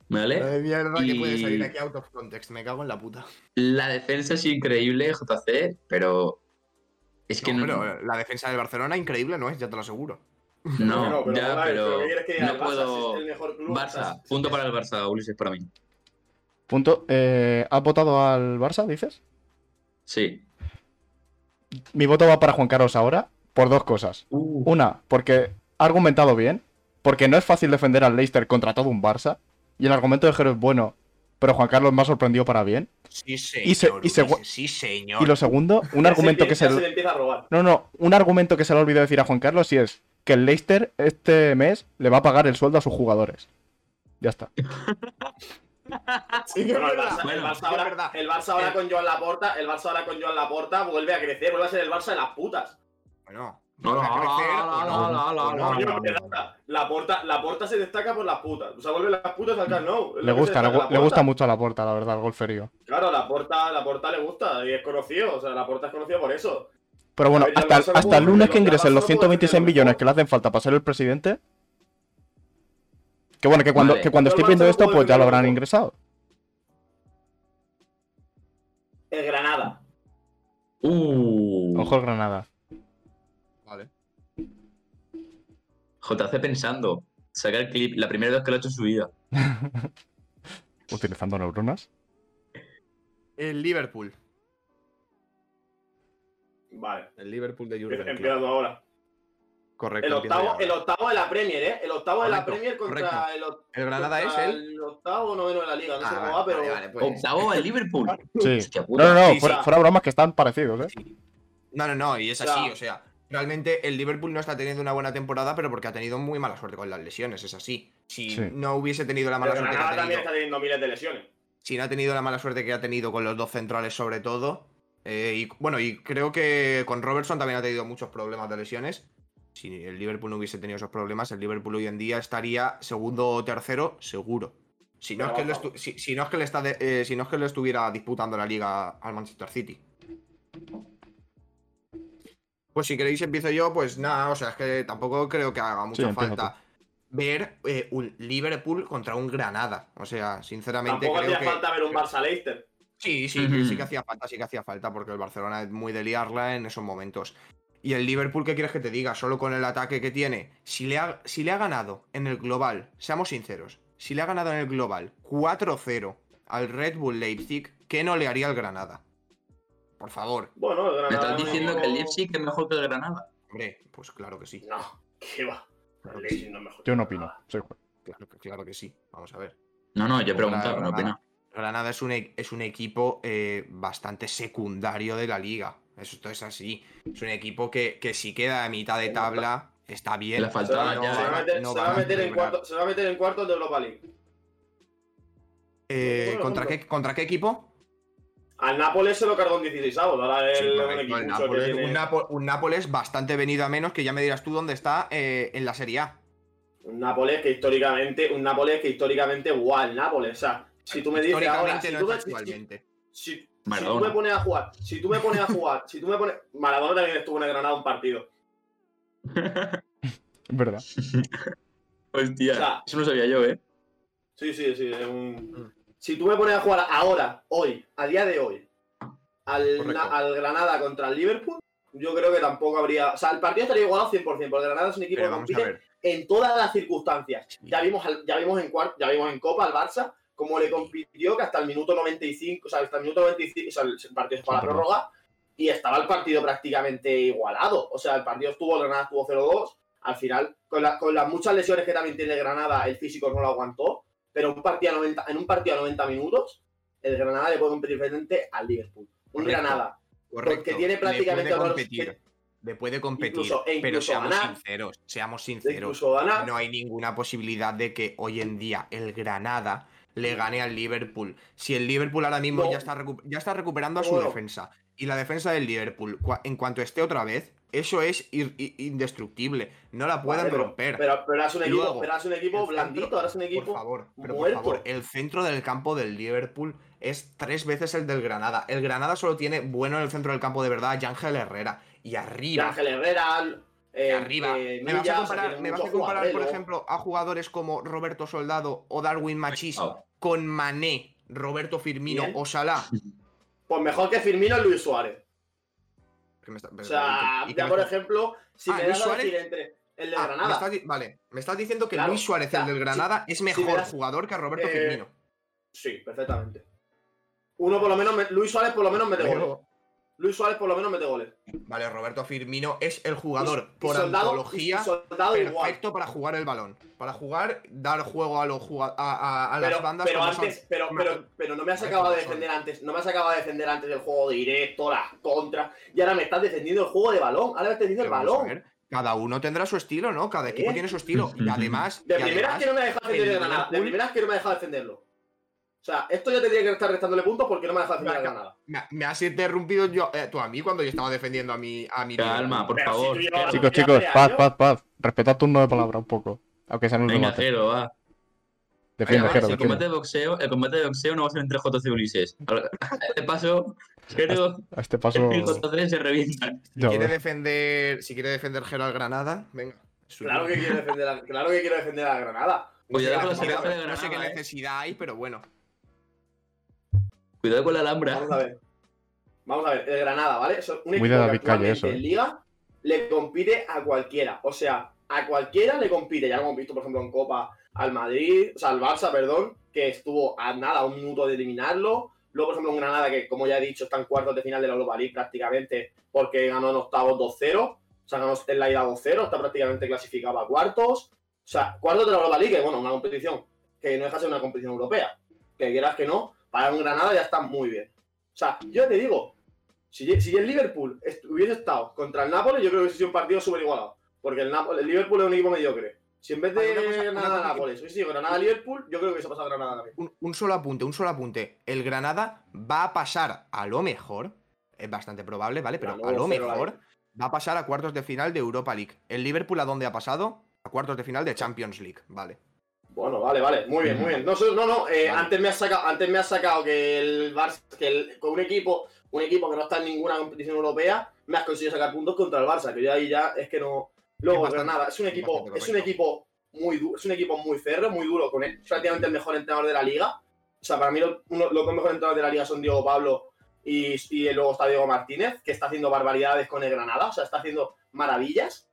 S3: ¿Vale?
S4: De Eh, mierda que puede
S3: Y-
S4: salir aquí out of context, me cago en la puta.
S3: La defensa es increíble, JC, pero es que
S4: No,
S3: no.
S4: pero la defensa del Barcelona increíble no es, ya te lo aseguro.
S3: no,
S1: Bueno,
S3: ya,
S1: vamos a ver,
S3: pero
S1: ¿qué quieres que diga?
S3: no
S1: El Barça
S3: puedo.
S1: es el mejor club, o sea,
S3: Barça, punto para el Barça, Ulises, para mí.
S2: Punto. Eh, ¿Has votado al Barça, dices?
S3: Sí.
S2: Mi voto va para Juan Carlos ahora por dos cosas.
S1: Uh.
S2: Una, porque ha argumentado bien, porque no es fácil defender al Leicester contra todo un Barça, y el argumento de Jero es bueno, pero Juan Carlos me ha sorprendido para bien.
S4: Sí, señor.
S2: Y se- y se-
S4: Ulises, sí, señor.
S2: Y lo segundo, un
S1: Ya
S2: argumento
S1: se
S2: que se...
S1: empieza- ya se le empieza a robar.
S2: No, no, un argumento que se le ha olvidado decir a Juan Carlos y es que el Leicester este mes le va a pagar el sueldo a sus jugadores. Ya está.
S4: Sí, que es
S1: Bueno, el
S4: verdad.
S1: Barça, el
S3: Bueno,
S1: Barça
S4: sí que es
S1: ahora,
S4: verdad.
S1: el Barça ahora
S4: El-
S1: con Joan Laporta, el Barça ahora con Joan Laporta vuelve a crecer, vuelve a ser el Barça de las putas.
S4: Bueno,
S3: No,
S4: van a
S3: no,
S4: crecer
S3: no,
S4: o
S3: no,
S4: no,
S3: no, no,
S4: o
S2: Ah,
S3: no,
S1: Coño, que nada, Laporta, Laporta se destaca por las putas. O sea, vuelve las putas al Camp Nou. Es
S2: Le
S1: lo que se
S2: gusta, le,
S1: destaca
S2: gu- le gusta
S1: Laporta.
S2: mucho a la porta, la verdad, el gol frío.
S1: Claro, Laporta, Laporta le gusta y es conocido. O sea, Laporta es conocido por eso.
S2: Pero bueno,
S1: A ver, ya
S2: hasta,
S1: el Barça no
S2: hasta el
S1: puede-
S2: lunes que
S1: ya el
S2: ingresen
S1: Barça
S2: los
S1: no puede tener
S2: 126
S1: lo
S2: millones
S1: mejor.
S2: que le hacen falta para ser el presidente. Que bueno, que cuando,
S3: Vale.
S2: que cuando
S1: Pero
S2: estoy
S1: el
S2: viendo
S1: Barça no
S2: esto,
S1: puede
S2: pues ya
S1: tener
S2: lo
S1: lo
S2: habrán
S1: mejor.
S2: ingresado.
S1: El Granada.
S3: Uh.
S2: Ojo el Granada.
S4: Vale.
S3: JC pensando. Sacar clip la primera vez que lo ha hecho en su vida.
S2: Utilizando neuronas.
S4: El Liverpool.
S1: Vale,
S4: El Liverpool de Jurgen Klopp.
S1: empezando ahora.
S4: Correcto.
S1: El
S4: empieza
S1: octavo,
S4: ya.
S1: el octavo de la Premier, ¿eh? El octavo de la
S4: Correcto,
S1: Premier contra
S4: correcto.
S1: el, oct-
S4: El Granada es
S1: contra
S4: el.
S1: el octavo o noveno de la liga. No sé
S4: Ah,
S1: cómo va, pero.
S4: vale, vale, pues.
S3: Octavo al Liverpool.
S2: Sí.
S3: Hostia
S2: No, no,
S3: puta.
S2: no,
S4: Sí,
S2: fuera,
S1: sí.
S2: fuera bromas que están parecidos, ¿eh?
S4: No, no, no, y es así,
S1: Claro.
S4: o sea, realmente el Liverpool no está teniendo una buena temporada, pero porque ha tenido muy mala suerte con las lesiones, es así. Si
S2: Sí.
S4: no hubiese tenido la
S1: Pero
S4: mala suerte que
S1: Granada
S4: ha
S1: también está
S4: tenido,
S1: teniendo miles de lesiones.
S4: si no ha tenido la mala suerte que ha tenido con los dos centrales sobre todo, eh, y bueno, y creo que con Robertson también ha tenido muchos problemas de lesiones. Si el Liverpool no hubiese tenido esos problemas, el Liverpool hoy en día estaría segundo o tercero, seguro. Si no, es que, lo estu- si, si no es que le está de- eh, si no es que le estuviera disputando la liga al Manchester City. Pues si queréis empiezo yo, pues nada, o sea, es que tampoco creo que haga mucha
S2: empieza
S4: falta ver eh, un Liverpool contra un Granada. O sea, sinceramente
S1: Tampoco
S4: creo
S1: hacía
S4: que...
S1: falta ver un Barça Leicester.
S4: Sí, sí,
S3: Ujú.
S4: sí que hacía falta, sí que hacía falta, porque el Barcelona es muy de liarla en esos momentos. Y el Liverpool, ¿qué quieres que te diga? Solo con el ataque que tiene. Si le ha, si le ha ganado en el global, seamos sinceros, si le ha ganado en el global 4-0 al Red Bull Leipzig, ¿qué no le haría al Granada? Por favor,
S1: Bueno, el Granada.
S3: Me estás
S1: es un
S3: diciendo
S1: equipo-
S3: que el Leipzig es mejor que el Granada.
S4: hombre, pues claro que sí.
S1: No, qué va.
S4: Claro
S1: El
S4: que
S1: Leipzig
S4: sí,
S1: no es mejor.
S2: Yo no
S1: que
S2: opino.
S1: Granada.
S2: Sí,
S4: claro que, claro que sí. Vamos a ver.
S3: No, no, yo he
S4: Contra
S3: preguntado, no
S4: Granada.
S3: opino.
S4: Granada es un, e- es un equipo eh, bastante secundario de la liga. Eso esto es así. Es un equipo que, que si queda a mitad de tabla, está bien.
S3: Le
S1: Se va,
S3: faltaba
S4: No,
S3: ya.
S1: se va a meter,
S4: no
S1: se va
S4: van
S1: a
S4: a
S1: meter en
S4: celebrar.
S1: cuarto, se va a meter en cuartos de Europa League.
S4: Eh,
S1: Bueno,
S4: ¿contra, qué, ¿Contra qué equipo?
S1: Al Nápoles se lo cargó en 16 avos. Ahora
S4: Sí,
S1: el, un
S4: correcto, el
S1: equipucho que
S4: Nápoles,
S1: tiene-
S4: un, Napo- un Nápoles bastante venido a menos, que ya me dirás tú dónde está eh, en la Serie A.
S1: Un Nápoles que históricamente, un Nápoles que históricamente, guau, el Nápoles. O sea, si tú me dices ahora,
S4: Históricamente
S1: si
S4: no
S1: tú, este
S4: es
S1: me, si,
S4: actualmente.
S1: si- si tú
S3: Maradona.
S1: me pones a jugar, si tú me pones a jugar, si tú me pones. Maradona también estuvo en el Granada un partido.
S2: es verdad.
S3: Hostia,
S1: O sea,
S3: eso no sabía yo, ¿eh?
S1: Sí, sí, sí. es un- Si tú me pones a jugar ahora, hoy, a día de hoy, al,
S4: Correcto.
S1: al Granada contra el Liverpool, yo creo que tampoco habría. O sea, el partido estaría igualado 100%, porque Granada es un equipo
S4: Pero
S1: que
S4: vamos a
S1: compite pues
S4: ver.
S1: en todas las circunstancias. Ya vimos, al- ya vimos en cuart- ya vimos en Copa al Barça cómo le compitió que hasta el minuto 95, o sea, hasta el minuto 95, o sea, el el partido se fue a la
S2: Perdón.
S1: prórroga y estaba el partido prácticamente igualado. O sea, el partido estuvo, Granada estuvo 0-2. Al final, con, la- con las muchas lesiones que también tiene Granada, el físico no lo aguantó. Pero un partido a 90, en un partido a 90 minutos, el Granada le puede competir frente al Liverpool. Un
S4: Correcto.
S1: Granada
S4: Correcto.
S1: porque tiene
S4: le
S1: prácticamente
S4: puede
S1: a todos los
S4: competir. Le puede competir,
S1: Incluso- e
S4: pero
S1: incluso
S4: seamos
S1: ganar. E
S4: sinceros, seamos
S1: de
S4: sinceros.
S1: incluso ganar.
S4: No hay ninguna posibilidad de que hoy en día el Granada le gane al Liverpool. Si el Liverpool ahora mismo
S1: No.
S4: ya, está recu- ya está recuperando a su
S1: Bueno.
S4: defensa. Y la defensa del Liverpool, cua- en cuanto esté otra vez, eso es ir- i- indestructible. No la pueden
S1: Vale, pero-
S4: romper.
S1: Pero, pero eras un equipo,
S4: Luego,
S1: pero eras un
S4: El
S1: equipo
S4: centro-
S1: blandito, ahora es un equipo.
S4: Por favor, pero por
S1: muerto.
S4: favor, el centro del campo del Liverpool es tres veces el del Granada. El Granada solo tiene bueno en el centro del campo de verdad a Yángel Herrera. Y
S1: Y
S4: arriba,
S1: Ángel Herrera.
S4: y
S1: eh,
S4: arriba.
S1: eh,
S4: me vas
S1: Millas,
S4: a
S1: o sea,
S4: comparar,
S1: tiene eh,
S4: me vas a
S1: muchos
S4: comparar, por
S1: jugadores, ¿no?
S4: ejemplo, a jugadores como Roberto Soldado o Darwin Machís
S3: Wow.
S4: con Mané, Roberto Firmino
S1: Pues, oh. Bien.
S4: o Salah.
S1: Pues mejor que Firmino es Luis Suárez.
S4: Que me está-
S1: O sea,
S4: ¿y qué
S1: ya
S4: me
S1: por
S4: está-
S1: ejemplo, si
S4: Ah,
S1: me
S4: Luis
S1: das a decir
S4: Suárez.
S1: entre el de
S4: Ah, me
S1: Granada.
S4: estás di- vale, me estás diciendo que
S1: Claro,
S4: Luis Suárez,
S1: o sea,
S4: el del
S1: si-
S4: Granada, es
S1: me
S4: mejor
S1: das-
S4: jugador que Roberto
S1: eh,
S4: Firmino.
S1: Sí, perfectamente. Uno por lo menos, me- Luis Suárez por lo menos mete goles.
S4: Pero-
S1: Luis Suárez por lo menos mete goles.
S4: Vale, Roberto Firmino es el jugador
S1: Y- y
S4: por
S1: soldado, y- y
S4: antología
S1: soldado igual.
S4: perfecto para jugar el balón. Para jugar, dar juego a, los juga- a, a- a las
S1: pero,
S4: bandas.
S1: pero
S4: como son.
S1: antes, pero,
S4: Ma-
S1: pero, pero no me has
S4: Vale,
S1: acabado de
S4: como son.
S1: defender antes, no me has acabado de defender antes del juego directo, las contras, y ahora me estás defendiendo el juego de balón, ahora me estás defendiendo el
S4: Pero vamos a
S1: balón.
S4: ver, Cada uno tendrá su estilo, ¿no? Cada equipo
S1: ¿Eh?
S4: tiene su estilo. Y además.
S1: De
S4: y
S1: primeras
S4: además-
S1: que no me ha dejado defender
S4: el
S1: el Granada, de
S4: Liverpool-
S1: primeras que no me ha dejado defenderlo. O sea, esto ya tendría que estar restándole puntos porque no me ha dejado defender el
S4: Venga,
S1: Granada.
S4: Me, me has interrumpido yo, eh, tú a mí cuando yo estaba defendiendo a mi. A mi
S3: Calma, por
S1: Pero si
S3: favor.
S1: tú llevas-
S3: Jero.
S2: Chicos,
S1: Ya
S2: chicos,
S1: hace
S2: paz,
S1: años.
S2: paz, paz. Respetad turno de palabra un poco. Aunque sea en el último.
S3: Venga, Jero, va.
S2: Defiende,
S3: Además,
S2: Jero,
S3: el, combate
S2: defiende.
S3: de boxeo, el combate de boxeo no va a ser entre JC y Ulises. De paso, Jero,
S2: A este
S3: el
S2: paso.
S3: JC se revientan.
S4: Si
S2: ya
S4: quiere
S2: ves.
S4: defender, si quiere defender Gero al Granada, venga. es suyo.
S1: Claro que quiero defender a, claro que quiero defender a Granada.
S4: No sé
S3: Cuidado
S4: qué
S3: con la
S4: necesidad-
S3: cerveza Pues de
S4: no sé qué
S3: Granada, eh.
S4: necesidad hay, pero bueno.
S3: Cuidado con la Alhambra.
S1: Vamos a ver. Vamos a ver, el Granada, ¿vale? Es un
S2: Muy de
S1: equipo que
S2: David
S1: actualmente
S2: Calle eso, ¿eh?
S1: en Liga le compite a cualquiera. O sea, a cualquiera le compite. Ya lo hemos visto, por ejemplo, en Copa al Madrid, o sea, al Barça, perdón, que estuvo a nada, a un minuto de eliminarlo. Luego, por ejemplo, un Granada que, como ya he dicho, está en cuartos de final de la Europa League prácticamente porque ganó en octavos 2-0. O sea, ganó en la ida 2-0, está prácticamente clasificado a cuartos. O sea, cuartos de la Europa League, que, bueno, una competición que no deja de ser una competición europea. Que quieras que no, para un Granada ya está muy bien. O sea, yo te digo, si, si el Liverpool est- hubiese estado contra el Nápoles, yo creo que hubiese sido un partido súper igualado. Porque el, Nápoles, el Liverpool es un equipo mediocre. Si en vez
S4: Hay
S1: de
S4: una cosa- una cosa que-
S1: Granada-Nápoles hubiese sido Granada-Liverpool, yo creo que hubiese pasado Granada también.
S4: Un, un solo apunte, un solo apunte. El Granada va a pasar a lo mejor, es bastante probable, ¿vale? Pero
S1: Ganó
S4: a lo
S1: 2-0 la
S4: mejor
S1: Liga.
S4: va a pasar a cuartos de final de Europa League. ¿El Liverpool a dónde ha pasado? A cuartos de final de Champions League, ¿vale?
S1: Bueno, vale, vale. Muy bien, muy bien. No, sé- no, no. eh,
S4: Vale.
S1: antes, me has sacado, antes me has sacado que el Barça, que el- con un equipo, un equipo que no está en ninguna competición europea, me has conseguido sacar puntos contra el Barça, que yo ahí ya es que no. Luego,
S4: bastante-
S1: Granada, es un
S4: es
S1: equipo,
S4: bastante
S1: es un
S4: correcto.
S1: equipo muy duro, es un equipo muy férreo, muy duro, con él, prácticamente el mejor entrenador de la liga. O sea, para mí lo- uno- los dos mejores entrenadores de la liga son Diego Pablo y, y luego está Diego Martínez, que está haciendo barbaridades con el Granada, o sea, está haciendo maravillas.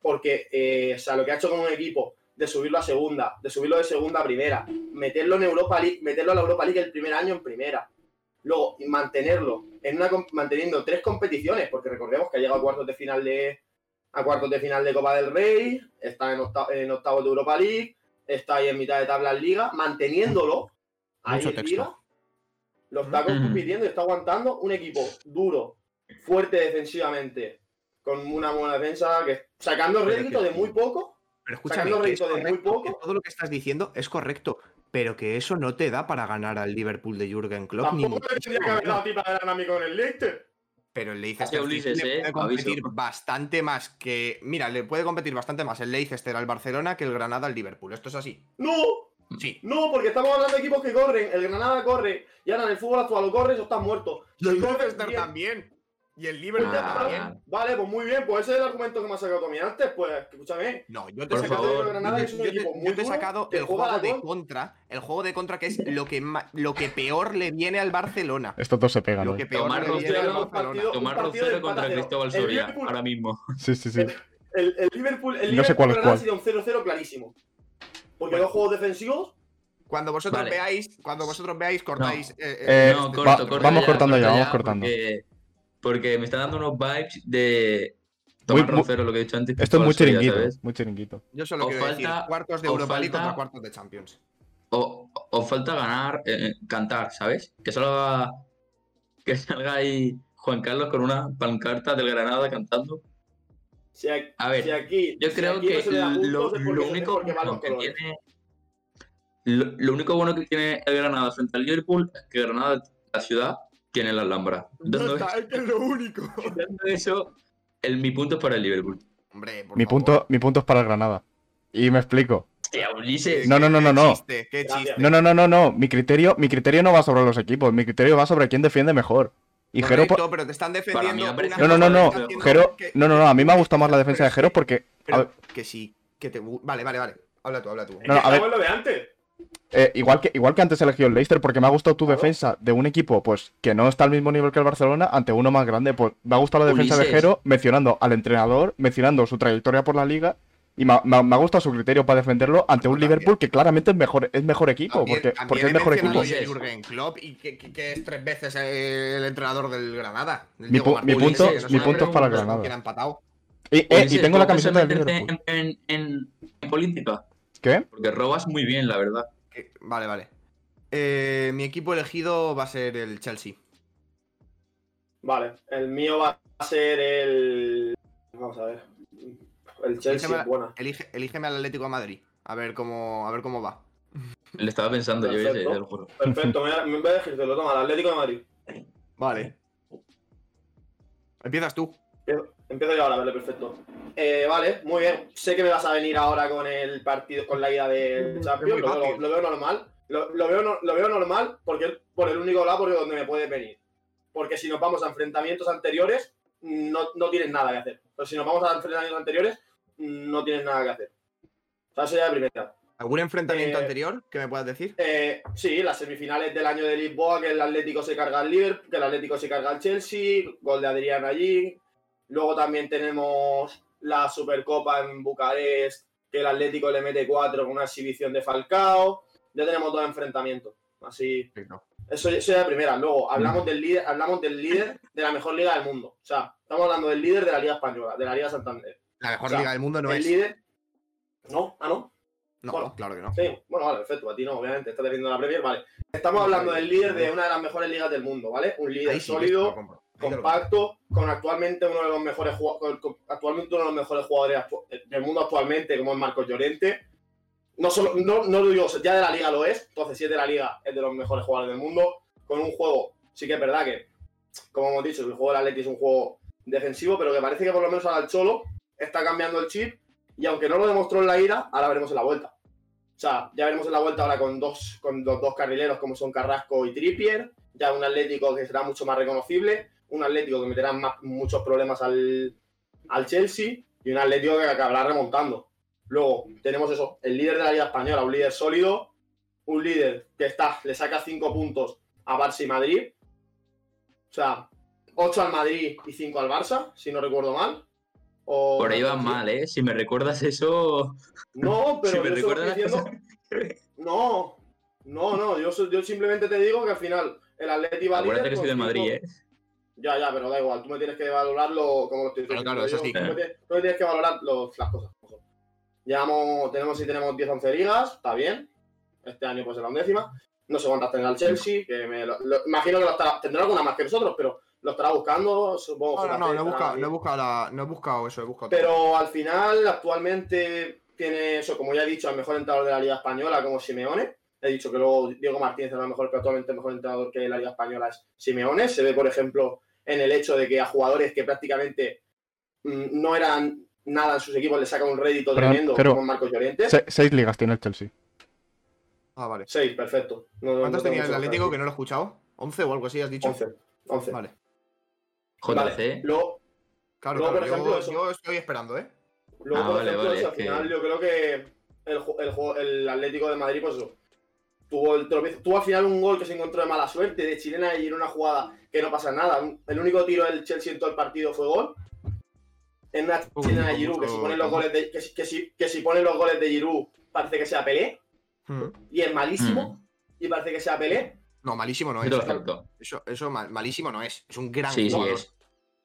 S1: Porque, eh, o sea, lo que ha hecho con un equipo de subirlo a segunda, de subirlo de segunda a primera, meterlo en Europa League, meterlo a la Europa League el primer año en primera, luego y mantenerlo, en una, com- manteniendo tres competiciones, porque recordemos que ha llegado a cuartos de final de a cuartos de final de Copa del Rey, está en, octa- en octavos de Europa League, está ahí en mitad de tabla en Liga, manteniéndolo ahí
S4: Mucho
S1: en
S4: texto.
S1: Liga, lo está
S3: Mm.
S1: compitiendo y está aguantando un equipo duro, fuerte defensivamente, con una buena defensa, que sacando
S4: Pero
S1: rédito
S4: que-
S1: de muy poco,
S4: Pero
S1: Sacando
S4: que es
S1: rédito de muy
S4: correcto,
S1: poco.
S4: que todo lo que estás diciendo es correcto, pero que eso no te da para ganar al Liverpool de Jürgen Klopp. ni
S1: Tampoco le
S4: muchísimo
S1: tendría que haber
S4: menos.
S1: dado tipa de la con el Leicester.
S4: Pero el Leicester
S3: Hacia Ulises,
S4: City le
S3: eh,
S4: puede competir
S3: aviso.
S4: bastante más que. Mira, le puede competir bastante más el Leicester al Barcelona que el Granada al Liverpool. Esto es así.
S1: No,
S3: Mm.
S4: Sí.
S1: no, porque estamos hablando de equipos que corren. El Granada corre. Y ahora en el fútbol actual lo corres o estás muerto.
S4: Y
S1: Si
S4: el
S1: corres
S4: Leicester
S1: bien,
S4: también. Y Y el Liverpool
S3: Ah.
S4: también.
S1: Vale, pues muy bien, pues ese es el argumento que me ha sacado Tommy antes, pues escúchame.
S4: No, yo te
S3: Por
S4: he sacado,
S1: Sacate
S3: favor,
S1: de Granada
S4: yo
S1: es
S4: te-
S1: un
S4: yo te-
S1: equipo muy
S4: yo te he
S1: duro,
S4: sacado
S1: que
S4: el
S1: juega
S4: juego
S1: al
S4: de
S1: gol.
S4: contra. El juego de contra que es lo que, ma- lo que peor le viene al Barcelona.
S2: Estos dos se pegan. eh.
S4: Lo
S2: hoy.
S4: que peor
S3: Tomar
S4: le viene
S3: Rocero
S4: al
S3: en un
S4: Barcelona.
S1: partido-
S3: Tomás
S1: un partido de
S3: Rocero
S1: empate
S3: contra
S1: a cero.
S3: Cristóbal
S1: El
S3: Soria,
S1: Liverpool-
S3: ahora mismo.
S2: Sí, sí, sí.
S1: El, el Liverpool, el
S2: No sé cuál
S1: Liverpool
S2: es
S1: Granada
S2: cuál.
S1: ha sido un 0-0 clarísimo. Porque
S4: Bueno.
S1: dos juegos defensivos,
S4: Cuando vosotros
S3: Vale.
S4: veáis, cuando vosotros veáis, cortáis. eh, eh,
S2: Eh,
S4: este-
S3: no, corto,
S2: va-
S3: corto
S2: vamos
S3: ya,
S2: cortando
S3: corto
S2: ya, vamos cortando.
S3: Porque, porque me está dando unos vibes de Tomás
S2: Muy- muy-
S3: Rocero, lo que he dicho antes.
S2: Esto es
S3: Cristóbal
S2: muy
S3: Soria,
S2: chiringuito,
S3: ¿sabes?
S2: muy chiringuito.
S4: Yo solo
S3: o
S4: quiero decir
S3: falta-
S4: cuartos de
S3: o
S4: Europa League
S3: falta-
S4: contra cuartos de Champions.
S3: O, o falta ganar, eh, cantar, ¿sabes? Que salga, que salga ahí Juan Carlos con una pancarta del Granada cantando.
S1: si, a-
S3: A ver,
S1: si aquí.
S3: Yo
S1: si
S3: creo
S1: aquí no
S3: que
S1: se le da puntos
S3: lo,
S1: es porque-
S3: lo
S1: es
S3: único
S1: porque van los
S3: bueno que
S1: colores.
S3: tiene. Lo, lo único bueno que tiene el Granada frente al Liverpool es que Granada, la ciudad, tiene la Alhambra. Dando,
S4: Ya está, es que es lo único.
S3: dando eso, el, mi punto es para el Liverpool.
S4: Hombre, por
S2: Mi
S4: favor.
S2: punto, mi punto es para el Granada. Y me explico.
S3: Hostia, Ulises.
S2: No, no, no, no, no.
S4: eh, Qué chiste, qué
S1: Gracias.
S4: chiste.
S2: No, no, no, no, no. Mi criterio, mi criterio no va sobre los equipos, mi criterio va sobre quién defiende mejor. Y Jero, po-
S4: Correcto, pero te están defendiendo.
S3: Para mí me parece-
S2: no, no, no, no,
S3: Pero-
S2: Jero, no, no, no, a mí me ha gustado más la defensa de Jero porque
S4: Pero
S2: a ver,
S4: que sí, que te... gu- Vale, vale, vale. Habla tú, habla tú.
S1: Es
S2: No,
S1: que
S2: no, a ver.
S1: estamos en lo de antes.
S2: eh, igual que igual que antes elegí el Leicester porque me ha gustado tu
S1: Claro.
S2: defensa de un equipo pues que no está al mismo nivel que el Barcelona ante uno más grande, pues me ha gustado la defensa de
S3: Ulises.
S2: Jero mencionando al entrenador, mencionando su trayectoria por la liga y me, ha- me ha- me ha gustado su criterio para defenderlo ante un
S4: También.
S2: Liverpool que claramente es mejor es mejor equipo
S4: También-
S2: porque
S4: también
S2: porque
S4: he
S2: es mejor
S4: mencionado
S2: equipo.
S3: equipo.
S4: ya a Jürgen Klopp y que, que- que es tres veces eh, el entrenador del Granada. del
S2: Mi
S4: Diego
S2: pu-
S4: Martínez,
S2: mi punto-
S4: que no
S3: mi
S4: sé
S3: punto es
S4: con
S3: para
S4: quién
S2: Granada.
S4: ha empatado.
S2: Y, eh, y
S3: Ulises,
S2: tengo la
S3: ¿tú piensas
S2: camiseta del
S3: meterte
S2: Liverpool.
S3: En, en- en política,
S2: ¿Qué?
S3: porque robas muy bien, la verdad.
S4: Eh, Vale, vale. Eh, mi equipo elegido va a ser el Chelsea.
S1: Vale, el mío va a ser el. Vamos a ver. El
S4: Échame
S1: Chelsea,
S4: la-
S1: buena.
S4: Elige, elígeme al Atlético de Madrid. A ver cómo, a ver cómo va.
S3: Le estaba pensando yo, ese,
S1: Perfecto.
S3: te lo juro.
S1: Perfecto, me me voy a decir, te lo toma, el Atlético de Madrid.
S4: Vale. Empiezas tú.
S1: Empiezo yo ahora, vale, perfecto. Eh, vale, muy bien. Sé que me vas a venir ahora con el partido, con la ida del Champions.
S4: Mm, muy
S1: Lo veo,
S4: fácil.
S1: lo veo normal. Lo, lo veo, no- lo veo normal porque por el único lado por donde me puedes venir. Porque si nos vamos a enfrentamientos anteriores, no, no tienes nada que hacer. Pero si nos vamos a enfrentamientos anteriores, no tienes nada que hacer. O sea, eso ya de primera.
S4: ¿Algún enfrentamiento
S1: Eh,
S4: anterior que me puedas decir?
S1: Eh, sí, las semifinales del año de Lisboa, que el Atlético se carga al Liverpool, que el Atlético se carga al Chelsea, gol de Adrián allí. Luego también tenemos la Supercopa en Bucarest, que el Atlético le mete 4 con una exhibición de Falcao. Ya tenemos dos enfrentamientos. Así,
S4: Perfecto.
S1: eso, eso es la primera. Luego hablamos del líder, hablamos del líder de la mejor liga del mundo. O sea, estamos hablando del líder de la Liga Española, de la Liga Santander.
S4: La mejor
S1: o sea,
S4: liga del mundo no
S1: el
S4: es.
S1: líder. No, ah, no.
S4: No,
S1: bueno.
S4: claro que no.
S1: Sí, bueno, vale, perfecto. A ti no, obviamente. Estás teniendo la Premier, vale. Estamos hablando del líder de una de las mejores ligas del mundo, ¿vale? Un líder
S4: Ahí sí, te lo
S1: sólido,
S4: compro. Ahí te lo compro.
S1: compacto, con actualmente uno de los mejores jugado- con- con actualmente uno de los mejores jugadores actu- del mundo actualmente, como es Marcos Llorente. No solo, no, no lo digo, ya de la liga lo es, entonces si es de la liga, es de los mejores jugadores del mundo. Con un juego, sí que es verdad que, como hemos dicho, el juego del Atleti es un juego defensivo, pero que parece que por lo menos ahora el Cholo está cambiando el chip y aunque no lo demostró en la ida, ahora veremos en la vuelta. O sea, ya veremos en la vuelta ahora con dos, con los dos carrileros como son Carrasco y Trippier, ya un Atlético que será mucho más reconocible, un Atlético que meterá más- muchos problemas al, al Chelsea y un Atlético que acabará remontando. Luego tenemos eso, el líder de la Liga Española, un líder sólido, un líder que está, le saca cinco puntos a Barça y Madrid. O sea, 8 al Madrid y 5 al Barça, si no recuerdo mal. O-
S3: Por ahí vas mal, ¿eh? Si me recuerdas eso.
S1: No, pero
S3: si
S1: yo solo
S3: me recuerdas las
S1: estoy diciendo-
S3: cosas-
S1: no, no, no. Yo, so- yo simplemente te digo que al final el Atleti va
S3: Acuérdate
S1: líder
S3: que
S1: con
S3: soy del
S1: cinco-
S3: Madrid, ¿eh?
S1: Ya, ya, pero da igual. Tú me tienes que valorarlo como lo estoy
S4: Claro,
S1: diciendo.
S4: claro, eso
S1: yo.
S4: sí.
S1: Tú me tienes, tú me tienes que valorar los- las cosas. como son. Llevamos, tenemos si tenemos 10-11 ligas, está bien. Este año pues es la undécima. No sé cuántas tendrá el Chelsea, que me lo- lo- imagino que lo estará- tendrá alguna más que nosotros, pero lo estará buscando, supongo.
S4: No, no, no,
S1: Getafe
S4: no he
S1: estará
S4: buscado,
S1: ahí.
S4: no he buscado, la- no he buscado eso, he buscado. todo.
S1: Pero al final, actualmente tiene eso, como ya he dicho, al mejor entrenador de la Liga Española, como Simeone. He dicho que luego Diego Martínez era mejor, pero actualmente el mejor entrenador que hay en la Liga Española es Simeone. Se ve, por ejemplo, en el hecho de que a jugadores que prácticamente mm, no eran nada en sus equipos le sacan un rédito
S2: Perdón,
S1: tremendo,
S2: pero-
S1: como Marcos Llorente.
S2: Se- seis ligas tiene el Chelsea.
S4: Ah, vale.
S1: Seis, perfecto. No- no
S4: ¿Cuántos
S1: tengo
S4: tenía el
S1: mucho más
S4: Atlético que
S1: decir.
S4: no lo he escuchado? ¿11 o algo así has dicho?
S1: Once. Once.
S4: Vale.
S3: JC.
S1: Vale, Luego,
S4: Claro,
S1: Luego,
S4: claro,
S1: por ejemplo,
S4: yo,
S1: eso.
S4: yo estoy esperando, ¿eh?
S1: Luego,
S3: Ah,
S1: por
S3: vale,
S1: ejemplo,
S3: vale,
S1: eso,
S3: es
S1: al
S3: que-
S1: final yo creo que el, ju- el ju- el Atlético de Madrid, pues eso, tuvo, el tropiezo- tuvo al final un gol que se encontró de mala suerte, de chilena y en una jugada que no pasa nada. Un- El único tiro del Chelsea en todo el partido fue gol. En una
S4: Uy,
S1: chilena de
S4: con
S1: Giroud, que
S4: mucho-
S1: si ponen los
S4: con-
S1: goles de, que, si- que si, que si ponen los goles de Giroud, parece que sea Pelé,
S4: Hmm.
S1: y es malísimo,
S3: Mm,
S1: y parece que sea Pelé.
S4: No, malísimo no
S3: yo
S4: es.
S3: te lo acepto.
S4: Eso, eso mal- malísimo no es. Es un gran
S3: Sí, sí
S4: jugador.
S3: es.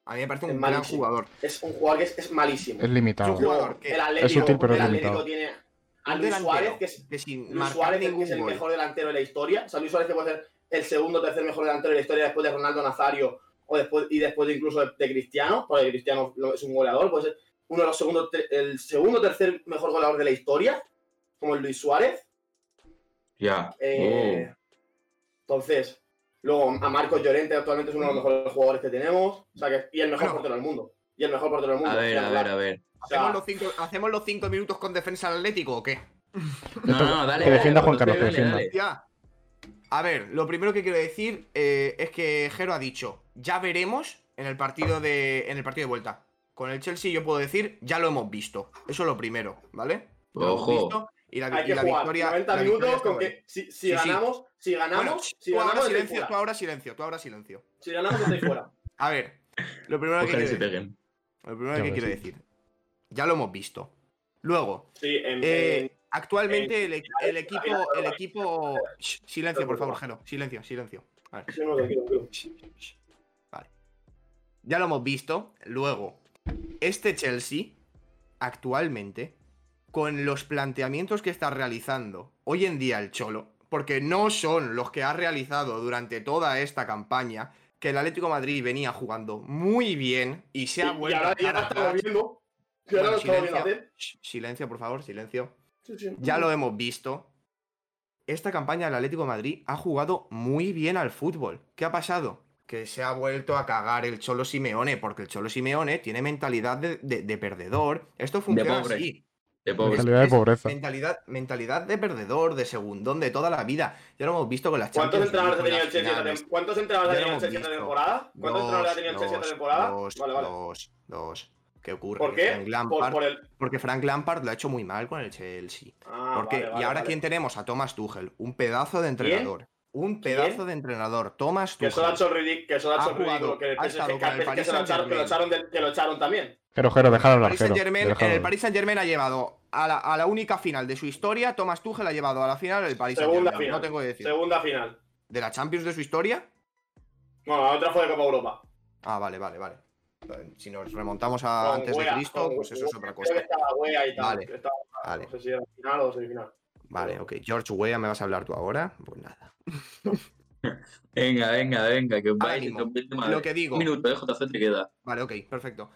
S4: A mí me parece un
S1: Es
S4: gran
S1: malísimo.
S4: jugador.
S1: Es un jugador que es, es malísimo.
S2: Es limitado.
S4: Yo-
S1: Luego,
S4: jugador que
S1: el Atlético,
S2: útil, pero
S1: el
S2: es
S1: Atlético
S2: limitado.
S1: tiene a
S4: Un
S1: Luis
S4: delantero
S1: Suárez, que es
S4: que sin
S1: Luis
S4: marcar
S1: Suárez es el-
S4: ningún
S1: es el
S4: gol.
S1: mejor delantero de la historia. O sea, Luis Suárez que puede ser el segundo o tercer mejor delantero de la historia después de Ronaldo Nazario o después, y después de incluso de, de Cristiano, porque Cristiano lo- es un goleador, puede ser uno de los segundos, te- el segundo o tercer mejor goleador de la historia, como el Luis Suárez.
S3: Ya. Oh.
S1: Eh, Entonces, luego a Marcos Llorente actualmente es uno de los mejores jugadores que tenemos, o sea que, y el mejor
S4: Bueno.
S1: portero del mundo. Y el mejor portero del
S3: Oh.
S1: mundo.
S3: A ver, a ver, a ver.
S1: O sea,
S4: ¿Hacemos, los cinco, ¿Hacemos los cinco minutos con defensa al Atlético o qué?
S3: No, no, dale.
S2: que defienda
S3: dale,
S2: Juan Carlos, que
S3: dale,
S2: defienda.
S3: dale.
S4: Ya. A ver, lo primero que quiero decir eh, es que Jero ha dicho, ya veremos en el partido de en el partido de vuelta. Con el Chelsea yo puedo decir, ya lo hemos visto. Eso es lo primero, ¿vale? Lo hemos
S3: Ojo.
S4: visto y la, vi-
S1: hay
S4: y
S1: que
S4: la
S1: jugar
S4: victoria.
S1: 90
S4: la victoria
S1: minutos
S4: está
S1: con
S4: buena.
S1: que si, si
S4: Sí, sí.
S1: ganamos, si ganamos,
S4: Bueno,
S1: si
S4: tú ahora
S1: ganamos, estoy
S4: silencio,
S1: fuera.
S4: tú ahora silencio, tú ahora silencio.
S1: Si ganamos, estoy fuera.
S4: A ver, lo primero que
S3: Ojalá y se
S4: quiero, decir-
S3: peguen.
S4: lo primero
S2: Ya
S4: que
S2: ves.
S4: quiero decir, ya lo hemos visto. Luego,
S1: Sí, en,
S4: Eh,
S1: en-
S4: actualmente el, equi- el
S1: eh,
S4: equipo, el equipo. Shh, silencio, por favor, Jero. Silencio, silencio. A ver.
S1: sí, no, tranquilo, tranquilo.
S4: Vale. Ya lo hemos visto. Luego, este Chelsea, actualmente, con los planteamientos que está realizando hoy en día el Cholo, porque no son los que ha realizado durante toda esta campaña, que el Atlético de Madrid venía jugando muy bien y se
S1: Y-
S4: ha
S1: y
S4: vuelto
S1: ahora ya
S4: para
S1: lo estamos
S4: atrás.
S1: viendo. Y ahora lo
S4: Bueno,
S1: estamos viendo
S4: silencio.
S1: hacer.
S4: Shh, silencio, por favor, silencio
S1: Sí, sí.
S4: ya lo hemos visto. Esta campaña del Atlético de Madrid ha jugado muy bien al fútbol. ¿Qué ha pasado? Que se ha vuelto a cagar el Cholo Simeone, porque el Cholo Simeone tiene mentalidad de, de- de perdedor. Esto funciona
S3: pobre.
S4: así.
S3: De pobre.
S2: Mentalidad de pobreza.
S4: Mentalidad, mentalidad de perdedor, de segundón, de toda la vida. Ya lo hemos visto con las
S1: ¿Cuántos
S4: Champions League,
S1: entrenadores ha tenido
S4: con
S1: el
S4: las
S1: Chelsea esta
S4: finales.
S1: tem- ¿Cuántos entrenadores
S4: Ya
S1: ha tenido
S4: lo
S1: el Chelsea
S4: hemos
S1: esta
S4: visto.
S1: temporada? ¿Cuántos entrenadores ha tenido el Chelsea esta
S4: Dos,
S1: temporada?
S4: dos,
S1: Vale, vale.
S4: dos, dos. ¿Qué ocurre?
S1: ¿Por
S4: Que
S1: qué?
S4: Frank Lampard-
S1: Por, por el.
S4: porque Frank Lampard lo ha hecho muy mal con el Chelsea.
S1: Ah,
S4: Porque,
S1: vale, vale,
S4: y ahora,
S1: vale.
S4: ¿quién tenemos? A Thomas Tuchel, un pedazo de entrenador. Un pedazo de entrenador, Thomas
S1: Que
S4: Tuchel.
S1: solo ha hecho el ridic- que solo ha
S4: Ha
S1: hecho el
S4: jugado,
S1: ridículo. Que el
S4: ha estado
S1: PSG
S4: con el
S1: que- que
S4: Paris
S1: se lo echaron- que lo
S4: Saint-Germain.
S1: echaron del- que lo echaron también.
S2: Jero, Jero, dejar hablar,
S4: Paris
S2: Jero.
S4: Saint-Germain-
S2: Dejar
S4: en el
S2: hablar.
S4: Paris Saint Germain ha llevado a la, a la única final de su historia, Thomas Tuchel ha llevado a la final el Paris Saint
S1: Segunda
S4: Germain. No
S1: final.
S4: tengo que decir.
S1: Segunda final.
S4: ¿De la Champions de su historia?
S1: Bueno, la otra fue de Copa Europa.
S4: Ah, vale, vale, vale. Si nos remontamos a
S1: Con
S4: antes de
S1: Wea,
S4: Cristo,
S1: con-
S4: pues eso es
S1: con-
S4: otra cosa.
S1: Creo que estaba Wea y tal.
S4: Vale,
S1: que estaba-
S4: Vale,
S1: No sé si era final o semifinal.
S4: vale, ok. George Weah, ¿me vas a hablar tú ahora? Pues nada.
S3: Venga, venga, venga, que os vais
S4: Ánimo.
S3: y os vais de
S4: Lo
S3: madre.
S4: que digo.
S3: Un minuto, eh, JC te queda.
S4: Vale, ok, perfecto.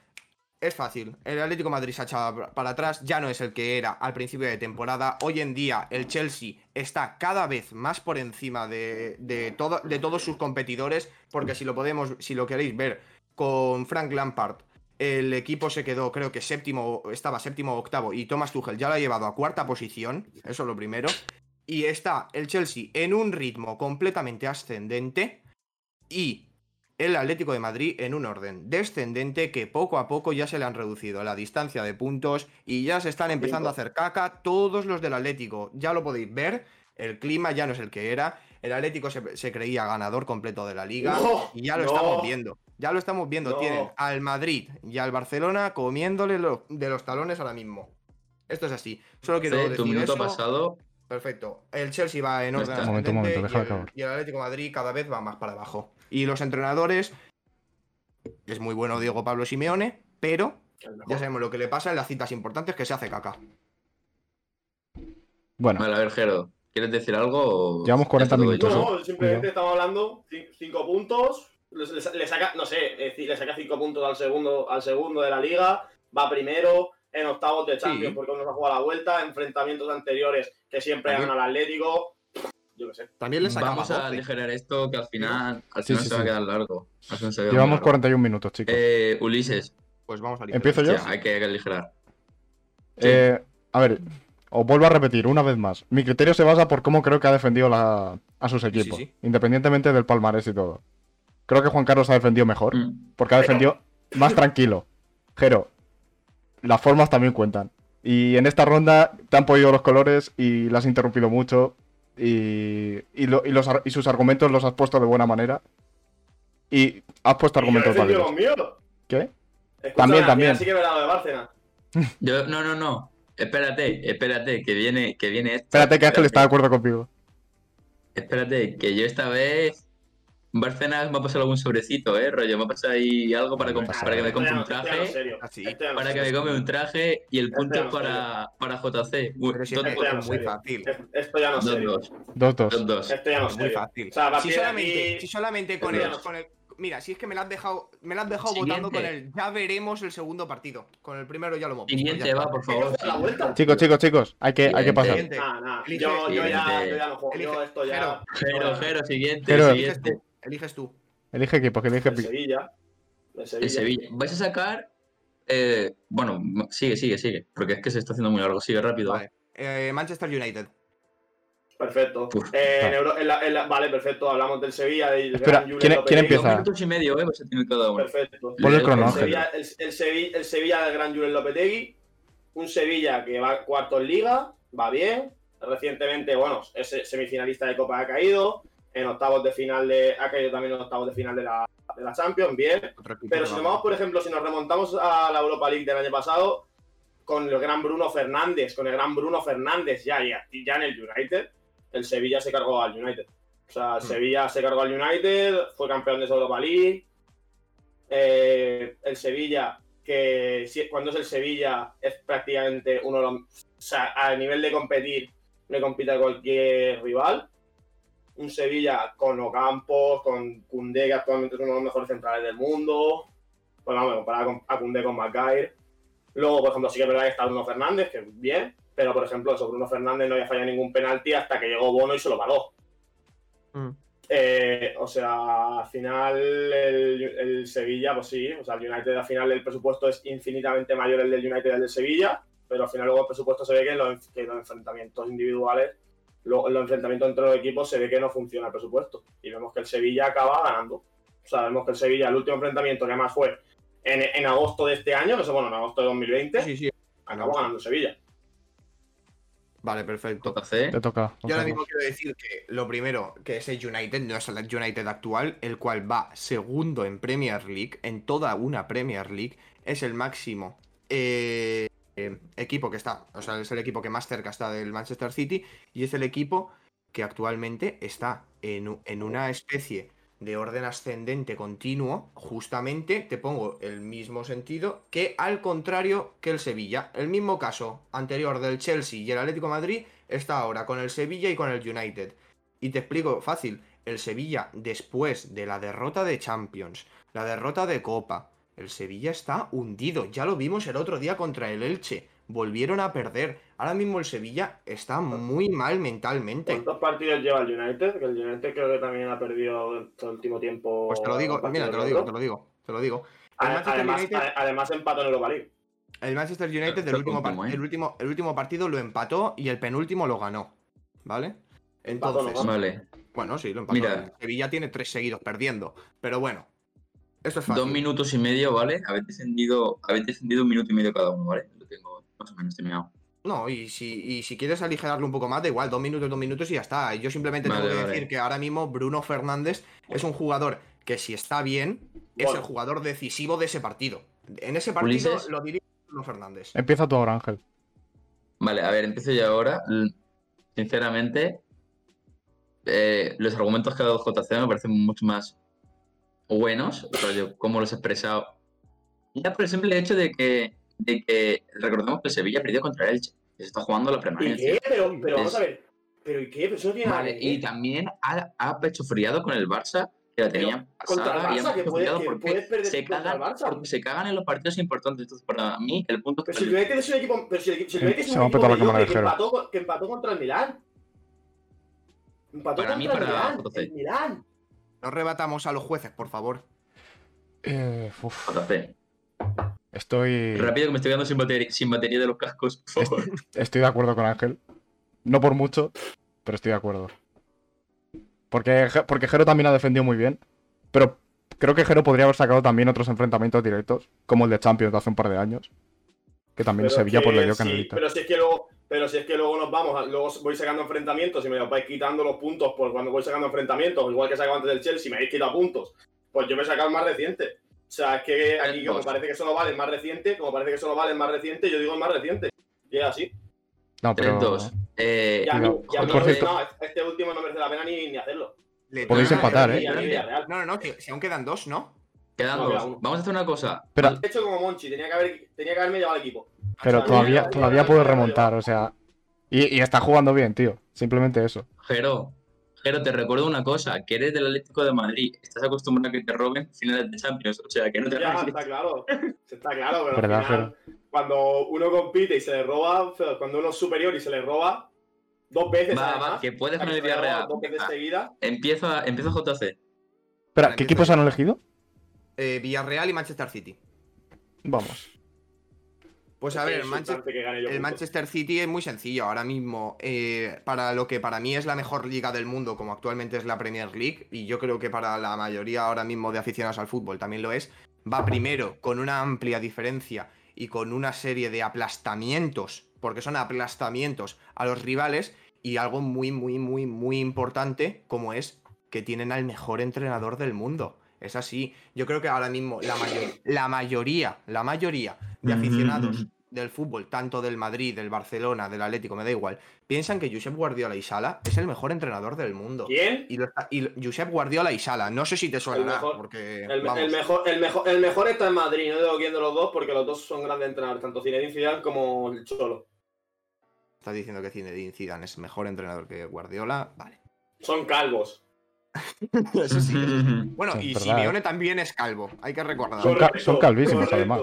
S4: Es fácil. El Atlético de Madrid se ha echado para atrás, ya no es el que era al principio de temporada. Hoy en día el Chelsea está cada vez más por encima de, de todo- de todos sus competidores, porque si lo podemos, si lo queréis ver con Frank Lampard, el equipo se quedó, creo que séptimo, estaba séptimo o octavo, y Thomas Tuchel ya lo ha llevado a cuarta posición, eso es lo primero. Y está el Chelsea en un ritmo completamente ascendente y el Atlético de Madrid en un orden descendente que poco a poco ya se le han reducido la distancia de puntos y ya se están empezando a hacer caca todos los del Atlético. Ya lo podéis ver, el clima ya no es el que era. El Atlético se, se creía ganador completo de la liga
S1: No,
S4: y ya lo
S1: no.
S4: estamos viendo. Ya lo estamos viendo.
S1: No.
S4: Tienen al Madrid y al Barcelona comiéndole lo- de los talones ahora mismo. Esto es así. Solo quiero
S3: Sí,
S4: decir
S3: tu minuto
S4: eso.
S3: pasado. Este,
S4: Perfecto. El Chelsea va en
S3: Ya
S4: orden
S3: está.
S4: ascendente
S2: Momento, momento, deja
S4: y, el-
S2: acabar.
S4: y el Atlético de Madrid cada vez va más para abajo. Y los entrenadores es muy bueno Diego Pablo Simeone, pero
S1: El mejor.
S4: ya sabemos lo que le pasa en las citas importantes que se hace caca.
S2: Bueno,
S3: Vale, a ver, Jero, ¿quieres decir algo? o
S2: Llevamos
S3: ya
S2: 40
S3: está todo
S2: minutos,
S3: dicho?
S1: No, simplemente estamos hablando cin- cinco puntos. Le, le- le saca, no sé, es decir, le saca cinco puntos al segundo, al segundo de la liga. Va primero en octavos de Champions
S4: Sí.
S1: porque uno se ha jugado la vuelta. Enfrentamientos anteriores que siempre
S4: También.
S1: ganan al Atlético. Yo qué sé.
S4: También le sacaba
S3: Vamos a
S4: 12.
S3: aligerar esto que al final, al final
S2: Sí, sí,
S3: se va a
S2: sí.
S3: quedar largo. Al final se va a quedar
S2: llevamos
S3: largo.
S2: 41 minutos, chicos.
S3: Eh, Ulises,
S4: Pues vamos a aligerar.
S2: ¿Empiezo yo?
S3: ya, hay que hay que aligerar. sí.
S2: Eh, a ver, os vuelvo a repetir una vez más. Mi criterio se basa por cómo creo que ha defendido la- a sus
S4: sí,
S2: equipos,
S4: sí.
S2: independientemente del palmarés y todo. Creo que Juan Carlos ha defendido mejor,
S3: Mm.
S2: porque ha defendido más tranquilo. Jero, las formas también cuentan. Y en esta ronda te han podido los colores y las has interrumpido mucho. Y, y, lo- y los, ar- y sus argumentos los has puesto de buena manera. Y has puesto
S1: Yo
S2: argumentos
S1: he
S2: válidos.
S1: defendido los míos.
S2: ¿Qué?
S1: Escúchame, al
S2: También,
S1: final
S2: también.
S1: Sí que me he dado de Bárcena.
S3: Yo, no, no, no. Espérate, espérate, que viene, que viene esto.
S2: Espérate que Ángel está de acuerdo conmigo.
S3: Espérate, que yo esta vez. Barcelona me ha pasado algún sobrecito, eh, rollo. Me ha pasado ahí algo para, com-
S2: pasa
S3: para que me compre un
S1: Estoy hablando en
S3: traje.
S1: serio.
S4: Así.
S1: Estoy hablando
S3: Para que
S1: en
S3: me
S1: serio.
S3: compre un traje y el punto
S1: Espera,
S3: es para, para JC. Uy,
S4: Pero si
S3: dos,
S4: es
S1: Esto ya no
S4: muy
S1: sé.
S4: fácil.
S1: Es- Esto ya no es
S3: dos,
S1: serio.
S3: dos,
S2: Dos, dos.
S3: dos, dos.
S1: Esto ya no
S4: Es
S1: es
S4: Ah, muy
S1: serio.
S4: fácil.
S1: O sea, a
S4: si
S1: partir de
S4: solamente,
S1: aquí-
S4: si solamente con,
S3: Pero-
S4: el, con el- Mira, si es que me la has dejado, me la has dejado votando con
S3: Siguiente.
S4: el. Ya veremos el segundo partido. Con el primero Pues ya lo hemos visto,
S3: Siguiente,
S4: ya
S3: va,
S4: está.
S3: por favor.
S1: Pero, la vuelta.
S2: Chicos, chicos, chicos, hay que, hay que
S3: Siguiente.
S2: pasar.
S4: Siguiente.
S1: Nah, nah. Yo,
S4: Elige.
S1: yo ya,
S3: Siguiente.
S1: yo ya no juego. Yo
S4: Elige.
S1: esto ya.
S3: Jero, Jero, siguiente,
S2: Jero.
S4: Eliges
S3: siguiente.
S4: tú. Eliges tú.
S2: Elige equipo, que elige
S1: El
S2: equipo.
S1: Sevilla. El Sevilla.
S3: El Sevilla. Vais a sacar. eh, bueno, m- sigue, sigue, sigue. Porque es que se está haciendo muy largo. Sigue rápido.
S4: Vale. Eh, Manchester United.
S1: Perfecto.
S3: Uf.
S1: Eh, en
S2: Ah.
S1: Euro- en la- en la- vale, perfecto. Hablamos del Sevilla. Del
S2: Espera,
S1: gran Julen
S2: ¿quién-
S1: Lopetegui.
S2: quién
S3: Dos
S2: empieza?
S3: minutos y medio, eh, vais a tener cada uno.
S1: Perfecto.
S2: Ponle el
S1: El
S2: cronómetro.
S1: Sevilla, el, el Sevilla, el Sevilla del gran Julen Lopetegui. Un Sevilla que va cuarto en Liga. Va bien. Recientemente, bueno, es semifinalista de Copa ha caído. En octavos de final de. Ha caído también en octavos de final de la, de la Champions. Bien.
S4: Otro equipo
S1: Pero
S4: que
S1: si
S4: va
S1: nos vamos,
S4: mal.
S1: por ejemplo, si nos remontamos a la Europa League del año pasado, con el gran Bruno Fernández, con el gran Bruno Fernández ya, ya, ya en el United, el Sevilla se cargó al United. O sea, el
S4: Hmm.
S1: Sevilla se cargó al United, fue campeón de esa Europa League. Eh, el Sevilla, que si- cuando es el Sevilla, es prácticamente uno de los. O sea, a nivel de competir, le compite a cualquier rival. Un Sevilla con Ocampos, con Cundé, que actualmente es uno de los mejores centrales del mundo. Bueno, vamos a comparar con- a Cundé con McGuire. Luego, por ejemplo, sí que es verdad que está Bruno Fernández, que bien. Pero, por ejemplo, eso, Bruno Fernández no había fallado ningún penalti hasta que llegó Bono y se lo paró.
S4: Mm.
S1: Eh, o sea, al final el, el Sevilla, pues sí, o sea, el United al final el presupuesto es infinitamente mayor el del United al del Sevilla, pero al final luego el presupuesto se ve que en los, que en los enfrentamientos individuales, lo- en los enfrentamientos entre los equipos se ve que no funciona el presupuesto y vemos que el Sevilla acaba ganando. O sea, vemos que el Sevilla, el último enfrentamiento que más fue en, en agosto de este año, no sé, bueno, en agosto de 2020,
S4: Sí, sí.
S1: acabó ganando el Sevilla.
S4: Vale, perfecto.
S3: JC.
S2: Te toca.
S4: Yo ahora
S2: Gonzalo.
S4: mismo quiero decir que lo primero, que ese United no es el United actual, el cual va segundo en Premier League, en toda una Premier League, es el máximo eh, eh, equipo que está, o sea, es el equipo que más cerca está del Manchester City y es el equipo que actualmente está en, u- en una especie de orden ascendente continuo, justamente te pongo el mismo sentido que al contrario que el Sevilla. El mismo caso anterior del Chelsea y el Atlético de Madrid está ahora con el Sevilla y con el United. Y te explico fácil, el Sevilla después de la derrota de Champions, la derrota de Copa, el Sevilla está hundido, ya lo vimos el otro día contra el Elche, volvieron a perder. Ahora mismo el Sevilla está muy mal mentalmente.
S1: ¿Cuántos partidos lleva el United? Que el United creo que también ha perdido en el último tiempo.
S4: Pues te lo digo,
S1: partidos
S4: mira, te lo
S1: de
S4: digo,
S1: otro.
S4: te lo digo, te lo digo.
S1: Ade-
S4: El Manchester
S1: además,
S4: United-
S1: ade- además empató en Europa League.
S4: El Manchester United el
S3: Pero
S4: último, par-
S3: último, ¿eh?
S4: el, último, el último partido lo empató y el penúltimo lo ganó, ¿vale?
S1: Empató, ¿no?
S4: Entonces,
S3: Vale.
S4: bueno, sí, lo empató.
S3: Mira.
S4: Sevilla tiene tres seguidos perdiendo, pero bueno. Esto es fácil.
S3: Dos minutos y medio, ¿vale? Habéis descendido, habéis descendido un minuto y medio cada uno, ¿vale? Lo tengo más o menos terminado.
S4: No, y si, y si quieres aligerarlo un poco más, da igual, dos minutos, dos minutos y ya está. Yo simplemente
S3: Vale,
S4: tengo que
S3: vale.
S4: decir que ahora mismo Bruno Fernández es un jugador que si está bien, es el
S1: Bueno.
S4: jugador decisivo de ese partido. En ese partido
S3: Ulises.
S4: lo dirige Bruno Fernández.
S2: Empieza tú ahora, Ángel.
S3: Vale, a ver, empiezo yo ahora. L- Sinceramente, eh, los argumentos que ha dado JC me parecen mucho más buenos, rollo, cómo los he expresado. Ya por el simple hecho de que, de que recordemos que el Sevilla perdió contra el Elche, que se está jugando la
S1: ¿Y
S3: permanencia.
S1: qué? Pero, pero vamos
S3: Ah, Es-
S1: a ver. ¿Pero y qué? Pero eso no tiene nada
S3: Vale,
S1: que
S3: y
S1: ver.
S3: también ha, ha pechofriado con el Barça, que la
S1: Pero
S3: tenían
S1: contra el Barça,
S3: pasada, y han
S1: que puede-
S3: pechofriado
S1: que puedes
S3: porque
S1: perder
S3: se
S1: contra
S3: cagan,
S1: el Barça.
S3: porque se cagan en los partidos importantes. Entonces, para mí, el punto
S1: Pero
S3: es
S1: si
S3: que
S1: el United es un equipo. Pero si el, si el
S2: Se-
S1: United es
S2: Eh, se
S1: un
S2: me ha
S1: equipo
S2: petado la
S1: mediocre
S2: cámara del
S1: que,
S2: Jero.
S1: empató, con- que empató contra el Milán. Empató
S3: Para mí,
S1: contra
S3: para
S1: el Milán.
S3: José.
S1: El Milán.
S4: No rebatamos a los jueces, por favor.
S2: Eh, uf,
S3: JC.
S2: estoy,
S3: Rápido que me estoy quedando sin batería, sin batería de los cascos, por favor.
S2: estoy de acuerdo con Ángel. No por mucho, pero estoy de acuerdo. Porque, Je- porque Jero también ha defendido muy bien. Pero Creo que Jero podría haber sacado también otros enfrentamientos directos, como el de Champions de hace un par de años. Que también
S1: Pero
S2: Sevilla por
S1: que
S2: le dio
S1: sí,
S2: canelita.
S1: Pero si es que luego, pero si es que luego nos vamos, a- luego voy sacando enfrentamientos y me vais quitando los puntos por cuando voy sacando enfrentamientos, igual que sacaba antes del Chelsea, me habéis quitado puntos. Pues yo me he sacado el más reciente. O sea, es que aquí como
S3: Entonces.
S1: parece que solo vale el más reciente, como parece que solo vale el más reciente, yo digo el más reciente. Y es así.
S4: Ah,
S2: No, pero.
S3: 3-2. Eh,
S1: Ya,
S2: no,
S1: no, ya no,
S2: por
S1: no,
S2: cierto-
S1: no, este último no merece la pena ni, ni hacerlo.
S4: Le
S2: Podéis
S4: toca-
S2: empatar,
S1: Ni
S2: ¿eh?
S1: a Villarreal.
S4: No, no, no, que, si aún quedan dos, ¿no?
S3: Quedan
S1: No,
S3: dos.
S1: queda uno.
S3: Vamos a hacer una cosa.
S2: Espera,
S1: He hecho como Monchi, tenía que, haber, tenía que haberme llevado al equipo.
S2: pero
S1: O sea,
S2: todavía,
S1: no,
S2: todavía
S1: no,
S2: puedo
S1: no, no, no,
S2: remontar, o sea. Y, y está jugando bien, tío. Simplemente eso.
S3: Jero, Jero, te recuerdo una cosa, que eres del Atlético de Madrid, estás acostumbrado a que te roben finales de Champions, o sea, que no te
S1: Ya,
S3: rajes.
S1: está claro. Está claro, pero
S2: Verdad,
S1: al final, cuando uno compite y se le roba, cuando uno es superior y se le roba, dos veces
S3: Va,
S1: además,
S3: va, que puedes
S1: aquí
S3: con el
S1: se le ha
S3: Villarreal.
S1: robado Dos veces seguidas.
S3: Empieza, empieza JC.
S2: Espera,
S4: Vale,
S2: ¿qué
S4: empiezo
S2: equipos
S4: yo.
S2: han elegido?
S4: Eh, Villarreal y Manchester City.
S2: Vamos.
S4: Pues a ver,
S1: Es
S4: Manchester.
S1: insultante que gane yo
S4: El
S1: puntos.
S4: Manchester City es muy sencillo ahora mismo. eh, para lo que para mí es la mejor liga del mundo, como actualmente es la Premier League, y yo creo que para la mayoría ahora mismo de aficionados al fútbol también lo es, va primero con una amplia diferencia y con una serie de aplastamientos, porque son aplastamientos a los rivales, y algo muy, muy, muy, muy importante, como es que tienen al mejor entrenador del mundo. Es así. Yo creo que ahora mismo la, mayor- la mayoría, la mayoría de
S3: Ujú,
S4: aficionados
S3: ujú.
S4: del fútbol, tanto del Madrid, del Barcelona, del Atlético, me da igual, piensan que Josep Guardiola y Sala es el mejor entrenador del mundo.
S1: ¿Quién?
S4: Y, lo está- y lo- Josep Guardiola y Sala, no sé si te suena
S1: mejor-
S4: porque
S1: El,
S4: vamos,
S1: el mejor, el, mejor, el mejor está en Madrid, no digo quién de los dos, porque los dos son grandes entrenadores, tanto Zinedine Zidane como el Cholo.
S4: estás diciendo que Zinedine Zidane es mejor entrenador que Guardiola, vale.
S1: Son calvos.
S4: Eso sí, eso sí. Bueno,
S2: Sí, es
S4: y
S2: verdad, eh.
S4: Simeone también es calvo, hay que recordarlo.
S2: Son ca- son calvísimos, además.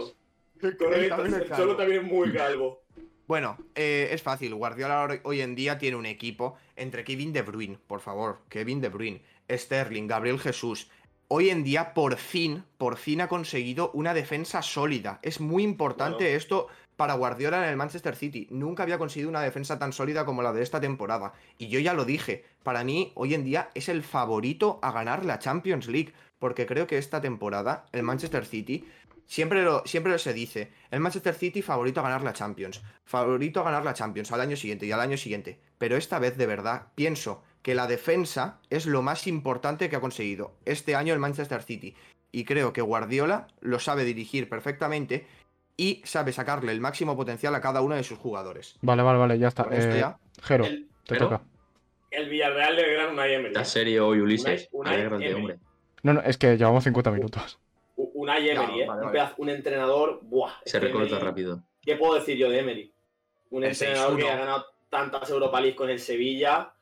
S1: Correcto,
S4: También es
S1: el
S4: calvo.
S1: Cholo también es muy calvo.
S4: Bueno, eh, es fácil. Guardiola hor- hoy en día tiene un equipo entre Kevin De Bruyne, por favor, Kevin De Bruyne, Sterling, Gabriel Jesús. Hoy en día, por fin, por fin ha conseguido una defensa sólida. Es muy importante
S1: Claro.
S4: esto para Guardiola en el Manchester City. Nunca había conseguido una defensa tan sólida como la de esta temporada. Y yo ya lo dije, para mí hoy en día es el favorito a ganar la Champions League. Porque creo que esta temporada el Manchester City Siempre, lo, siempre se dice, el Manchester City favorito a ganar la Champions, favorito a ganar la Champions al año siguiente y al año siguiente. Pero esta vez de verdad pienso que la defensa es lo más importante que ha conseguido este año el Manchester City. Y creo que Guardiola lo sabe dirigir perfectamente y sabe sacarle el máximo potencial a cada uno de sus jugadores.
S2: Vale, vale, vale, ya está.
S4: Con esto
S2: Eh,
S4: ya.
S2: Jero,
S1: El-
S2: te
S3: Jero.
S2: toca.
S1: El Villarreal le ganan una Emery.
S3: ¿Estás serio hoy, Ulises?
S1: Unai- Unai
S3: Alégrate,
S1: Emery.
S3: hombre.
S2: No, no, es que llevamos 50 minutos.
S1: Una Emery,
S4: Ya,
S1: ¿eh?
S4: vale,
S1: un,
S4: vale.
S1: pedazo- un entrenador. Buah, es
S3: Se
S1: que
S3: recorta
S1: Emery-
S3: rápido.
S1: ¿Qué puedo decir yo de Emery? Un
S4: El
S1: entrenador
S4: 6-1.
S1: que ha ganado tantas Europa League con el Sevilla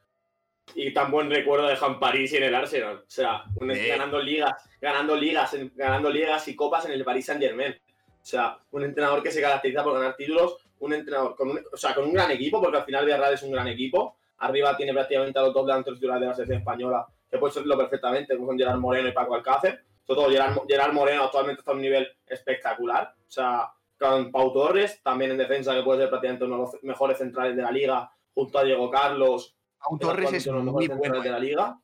S1: y tan buen recuerdo de Juan París y en el Arsenal. O sea, un-
S4: Eh.
S1: ganando ligas, ganando ligas, en- ganando ligas y copas en el Paris Saint Germain. O sea, un entrenador que se caracteriza por ganar títulos, un entrenador con un, o sea, con un gran equipo, porque al final Villarreal es un gran equipo. Arriba tiene prácticamente a los dos delanteros titulares de la selección española, que puede serlo perfectamente, como son Gerard Moreno y Paco Alcácer. Sobre todo Gerard, Mo- Gerard Moreno actualmente está a un nivel espectacular. O sea, con Pau Torres, también en defensa, que puede ser prácticamente uno de los mejores centrales de la liga, junto a Diego Carlos,
S4: Pau
S1: que era
S4: Torres
S1: actualmente
S4: es
S1: uno de los
S4: muy
S1: mejores centrales
S4: bueno.
S1: de
S4: eh.
S1: la liga.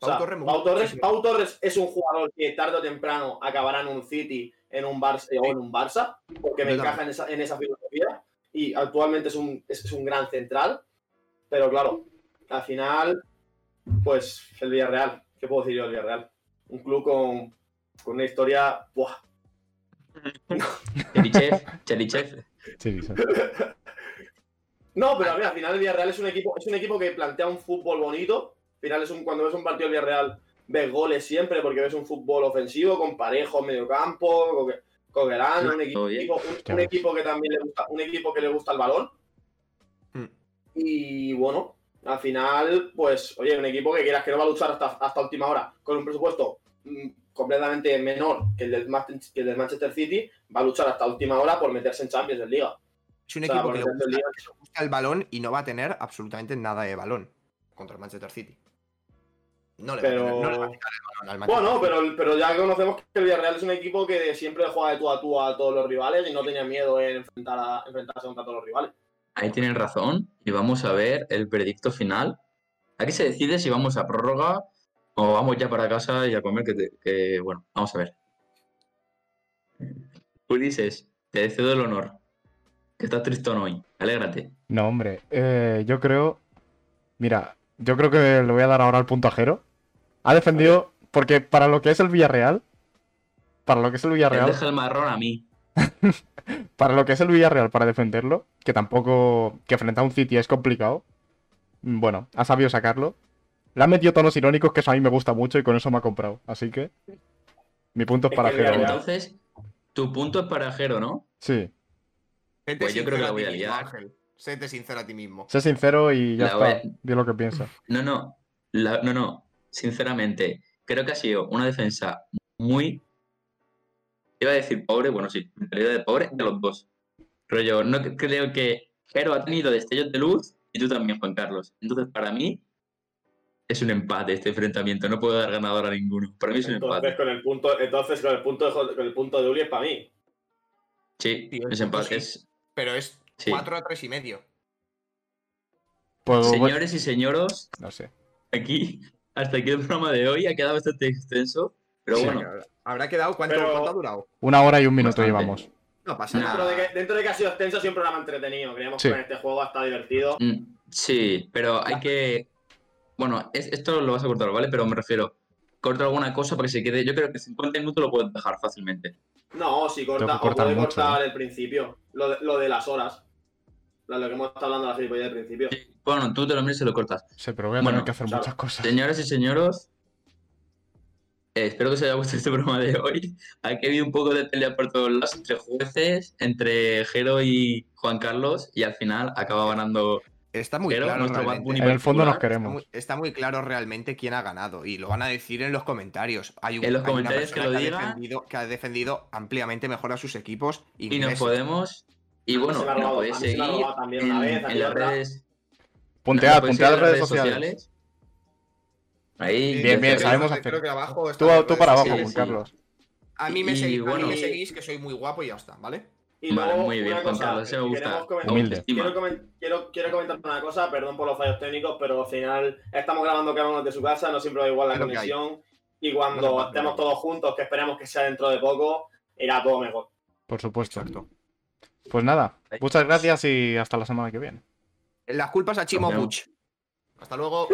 S1: O sea,
S4: Pau Torres me
S1: Pau
S4: gusta
S1: Torres,
S4: muchísimo.
S1: Pau Torres es un jugador que tarde o temprano acabará en un City, en un Barça o en un Barça, porque me
S4: Yo también.
S1: encaja en esa, en esa filosofía. Y actualmente es un, es, es un gran central. Pero claro, al final, pues el Villarreal. ¿Qué puedo decir yo del Villarreal? Un club con, con una historia. ¡buah!
S3: Cherichev, Cherichev.
S2: Sí, dice.
S1: No, pero a ver, al final el Villarreal es un equipo, es un equipo que plantea un fútbol bonito. Al final es un, cuando ves un partido del Villarreal, ves goles siempre, porque ves un fútbol ofensivo, con parejos, mediocampo, coque- Coquelán, un equipo,
S3: Oye.
S1: un, un equipo que también le gusta, un equipo que le gusta el balón.
S4: Mm.
S1: Y bueno, al final, pues, oye, un equipo que quieras que no va a luchar hasta, hasta última hora, con un presupuesto mm, completamente menor que el, del, Ma- que el del Manchester City, va a luchar hasta última hora por meterse en Champions en Liga.
S4: Es un
S1: O sea,
S4: equipo
S1: por
S4: que le
S1: meterse en
S4: gusta,
S1: Liga,
S4: le gusta el balón y no va a tener absolutamente nada de balón contra el Manchester City. No le, va, a tener, no le va a
S1: pero...
S4: quitar el balón al Manchester
S1: Bueno, pero, pero ya conocemos que el Villarreal es un equipo que siempre juega de tú a tú a todos los rivales y no tenía miedo en enfrentar a, enfrentarse contra todos los rivales.
S3: Ahí tienen razón. Y vamos a ver el veredicto final. Aquí se decide si vamos a prórroga, O vamos ya para casa y a comer, que, te- que, bueno, vamos a ver. Ulises, te cedo el honor. Que estás tristón hoy. Alégrate.
S2: No, hombre, eh, yo creo. Mira, yo creo que le voy a dar ahora al puntajero. Ha defendido, porque para lo que es el Villarreal, para lo que es el
S3: Él
S2: Villarreal,
S3: deja el marrón a mí.
S2: para lo que es el Villarreal para defenderlo, que tampoco, que frente a un City es complicado, mm, bueno, ha sabido sacarlo. Le ha metido tonos irónicos que eso a mí me gusta mucho y con eso me ha comprado. Así que, mi punto es
S1: Es
S2: para
S1: que el
S2: Jero.
S1: Villarreal-
S3: Entonces, tu punto es para Jero, ¿no?
S2: Sí,
S4: Séte
S3: Pues yo creo que
S4: sincero
S3: la voy
S4: ti
S3: a
S4: mismo,
S3: liar.
S4: Ángel. Séte sincero a ti mismo.
S2: sé sincero y ya
S3: La voy a-
S2: está. Di lo que piensas.
S3: No, no. La- no, no. Sinceramente, creo que ha sido una defensa muy. Iba a decir pobre, bueno, sí, mentalidad de pobre de los dos. Pero yo no cre- creo que Jero ha tenido destellos de luz y tú también, Juan Carlos. Entonces, para mí, es un empate este enfrentamiento. No puedo dar ganador a ninguno. Para mí es un
S1: Entonces
S3: empate.
S1: con el punto, entonces con el punto de, Jo- con el punto de Uli es para mí.
S3: Sí,
S4: Sí, el
S3: es
S4: punto
S3: empate.
S4: sí.
S3: Es-
S4: Pero es
S3: Sí.
S4: 4 a 3 y medio.
S2: Pues,
S3: Señores y señoros,
S2: no sé.
S3: aquí, hasta aquí el programa de hoy ha quedado bastante extenso. Pero
S2: Sí,
S3: bueno,
S4: Habrá- Habrá quedado cuánto,
S1: Pero-
S4: cuánto ha durado.
S2: Una hora y un minuto
S3: Bastante.
S2: llevamos.
S4: No pasa
S3: Nah.
S1: Dentro
S4: nada.
S1: de, que, dentro de que ha sido extenso, es un programa entretenido. Creemos
S2: Sí.
S1: que en este juego ha estado divertido.
S3: Mm, Sí, pero
S1: Ah.
S3: hay que. Bueno, es- esto lo vas a cortar, ¿vale? Pero me refiero, corta alguna cosa para que se quede. Yo creo que 50 minutos lo puedes dejar fácilmente.
S1: No, si
S2: Tengo
S1: corta,
S2: que
S1: o
S2: cortar
S1: puede
S2: mucho,
S3: ¿eh?
S1: cortar el principio. Lo de, lo de las horas. Lo de lo que hemos estado hablando de la gilipollas del principio.
S3: Bueno, tú te lo miras y lo cortas.
S2: Sí, pero voy a
S3: Bueno,
S2: tener que hacer
S1: claro.
S2: muchas cosas.
S3: Señoras y señores, eh, espero que os haya gustado este programa de hoy. Aquí ha habido un poco de pelea por todos lados entre jueces, entre Jero y Juan Carlos, y al final acaba ganando.
S4: Está muy
S3: Pero
S4: claro.
S3: nuestro Bad
S4: realmente.
S3: Bunny
S2: En el fondo nos
S3: particular,
S4: Está
S2: queremos.
S4: muy, está muy claro realmente quién ha ganado y lo van a decir en los comentarios. Hay un,
S3: En los
S4: hay una
S3: comentarios que
S4: persona
S3: lo
S4: ha
S3: digan.
S4: defendido- que ha defendido ampliamente mejor a sus equipos
S3: Y nos
S4: ingleses.
S3: podemos. Y
S1: A mí
S3: bueno,
S1: se me ha
S3: nos
S1: robado-
S3: podéis
S1: a mí se me ha
S3: seguir
S1: robado también
S3: en,
S1: una vez,
S3: en
S1: aquí
S3: las
S1: otra.
S3: redes.
S2: Puntead,
S3: Nos podéis
S2: puntead
S3: seguir en
S2: redes sociales.
S3: Ahí,
S4: Sí,
S2: Bien,
S3: ya
S2: bien,
S3: está.
S4: creo-
S2: sabemos
S4: creo
S2: hacer.
S4: que abajo
S2: Tú,
S4: están las
S2: tú
S4: redes
S2: para abajo, Juan
S4: sociales.
S3: Ah, pues sí.
S2: Carlos.
S4: A mí me
S3: Y
S4: seguís, a mí
S3: bueno.
S4: me seguís que soy muy guapo y ya está, ¿vale?
S1: Y
S3: Vale,
S1: luego,
S3: muy bien,
S1: una
S3: Juan
S1: cosa,
S3: Carlos, se me gusta.
S1: queremos comentar-
S2: Humilde.
S1: Quiero, comen- quiero- quiero comentar una cosa, perdón por los fallos técnicos, pero al final estamos grabando cada uno de su casa, no siempre va igual la
S4: Es lo que hay.
S1: conexión. Y
S4: No se
S1: cuando
S4: puede
S1: estemos
S4: hacer.
S1: todos juntos, que esperemos que sea dentro de poco, irá todo mejor.
S2: Por supuesto. Pues nada, muchas gracias y hasta la semana que viene.
S4: Las culpas a Chimo
S3: vemos.
S4: Puch. Hasta luego.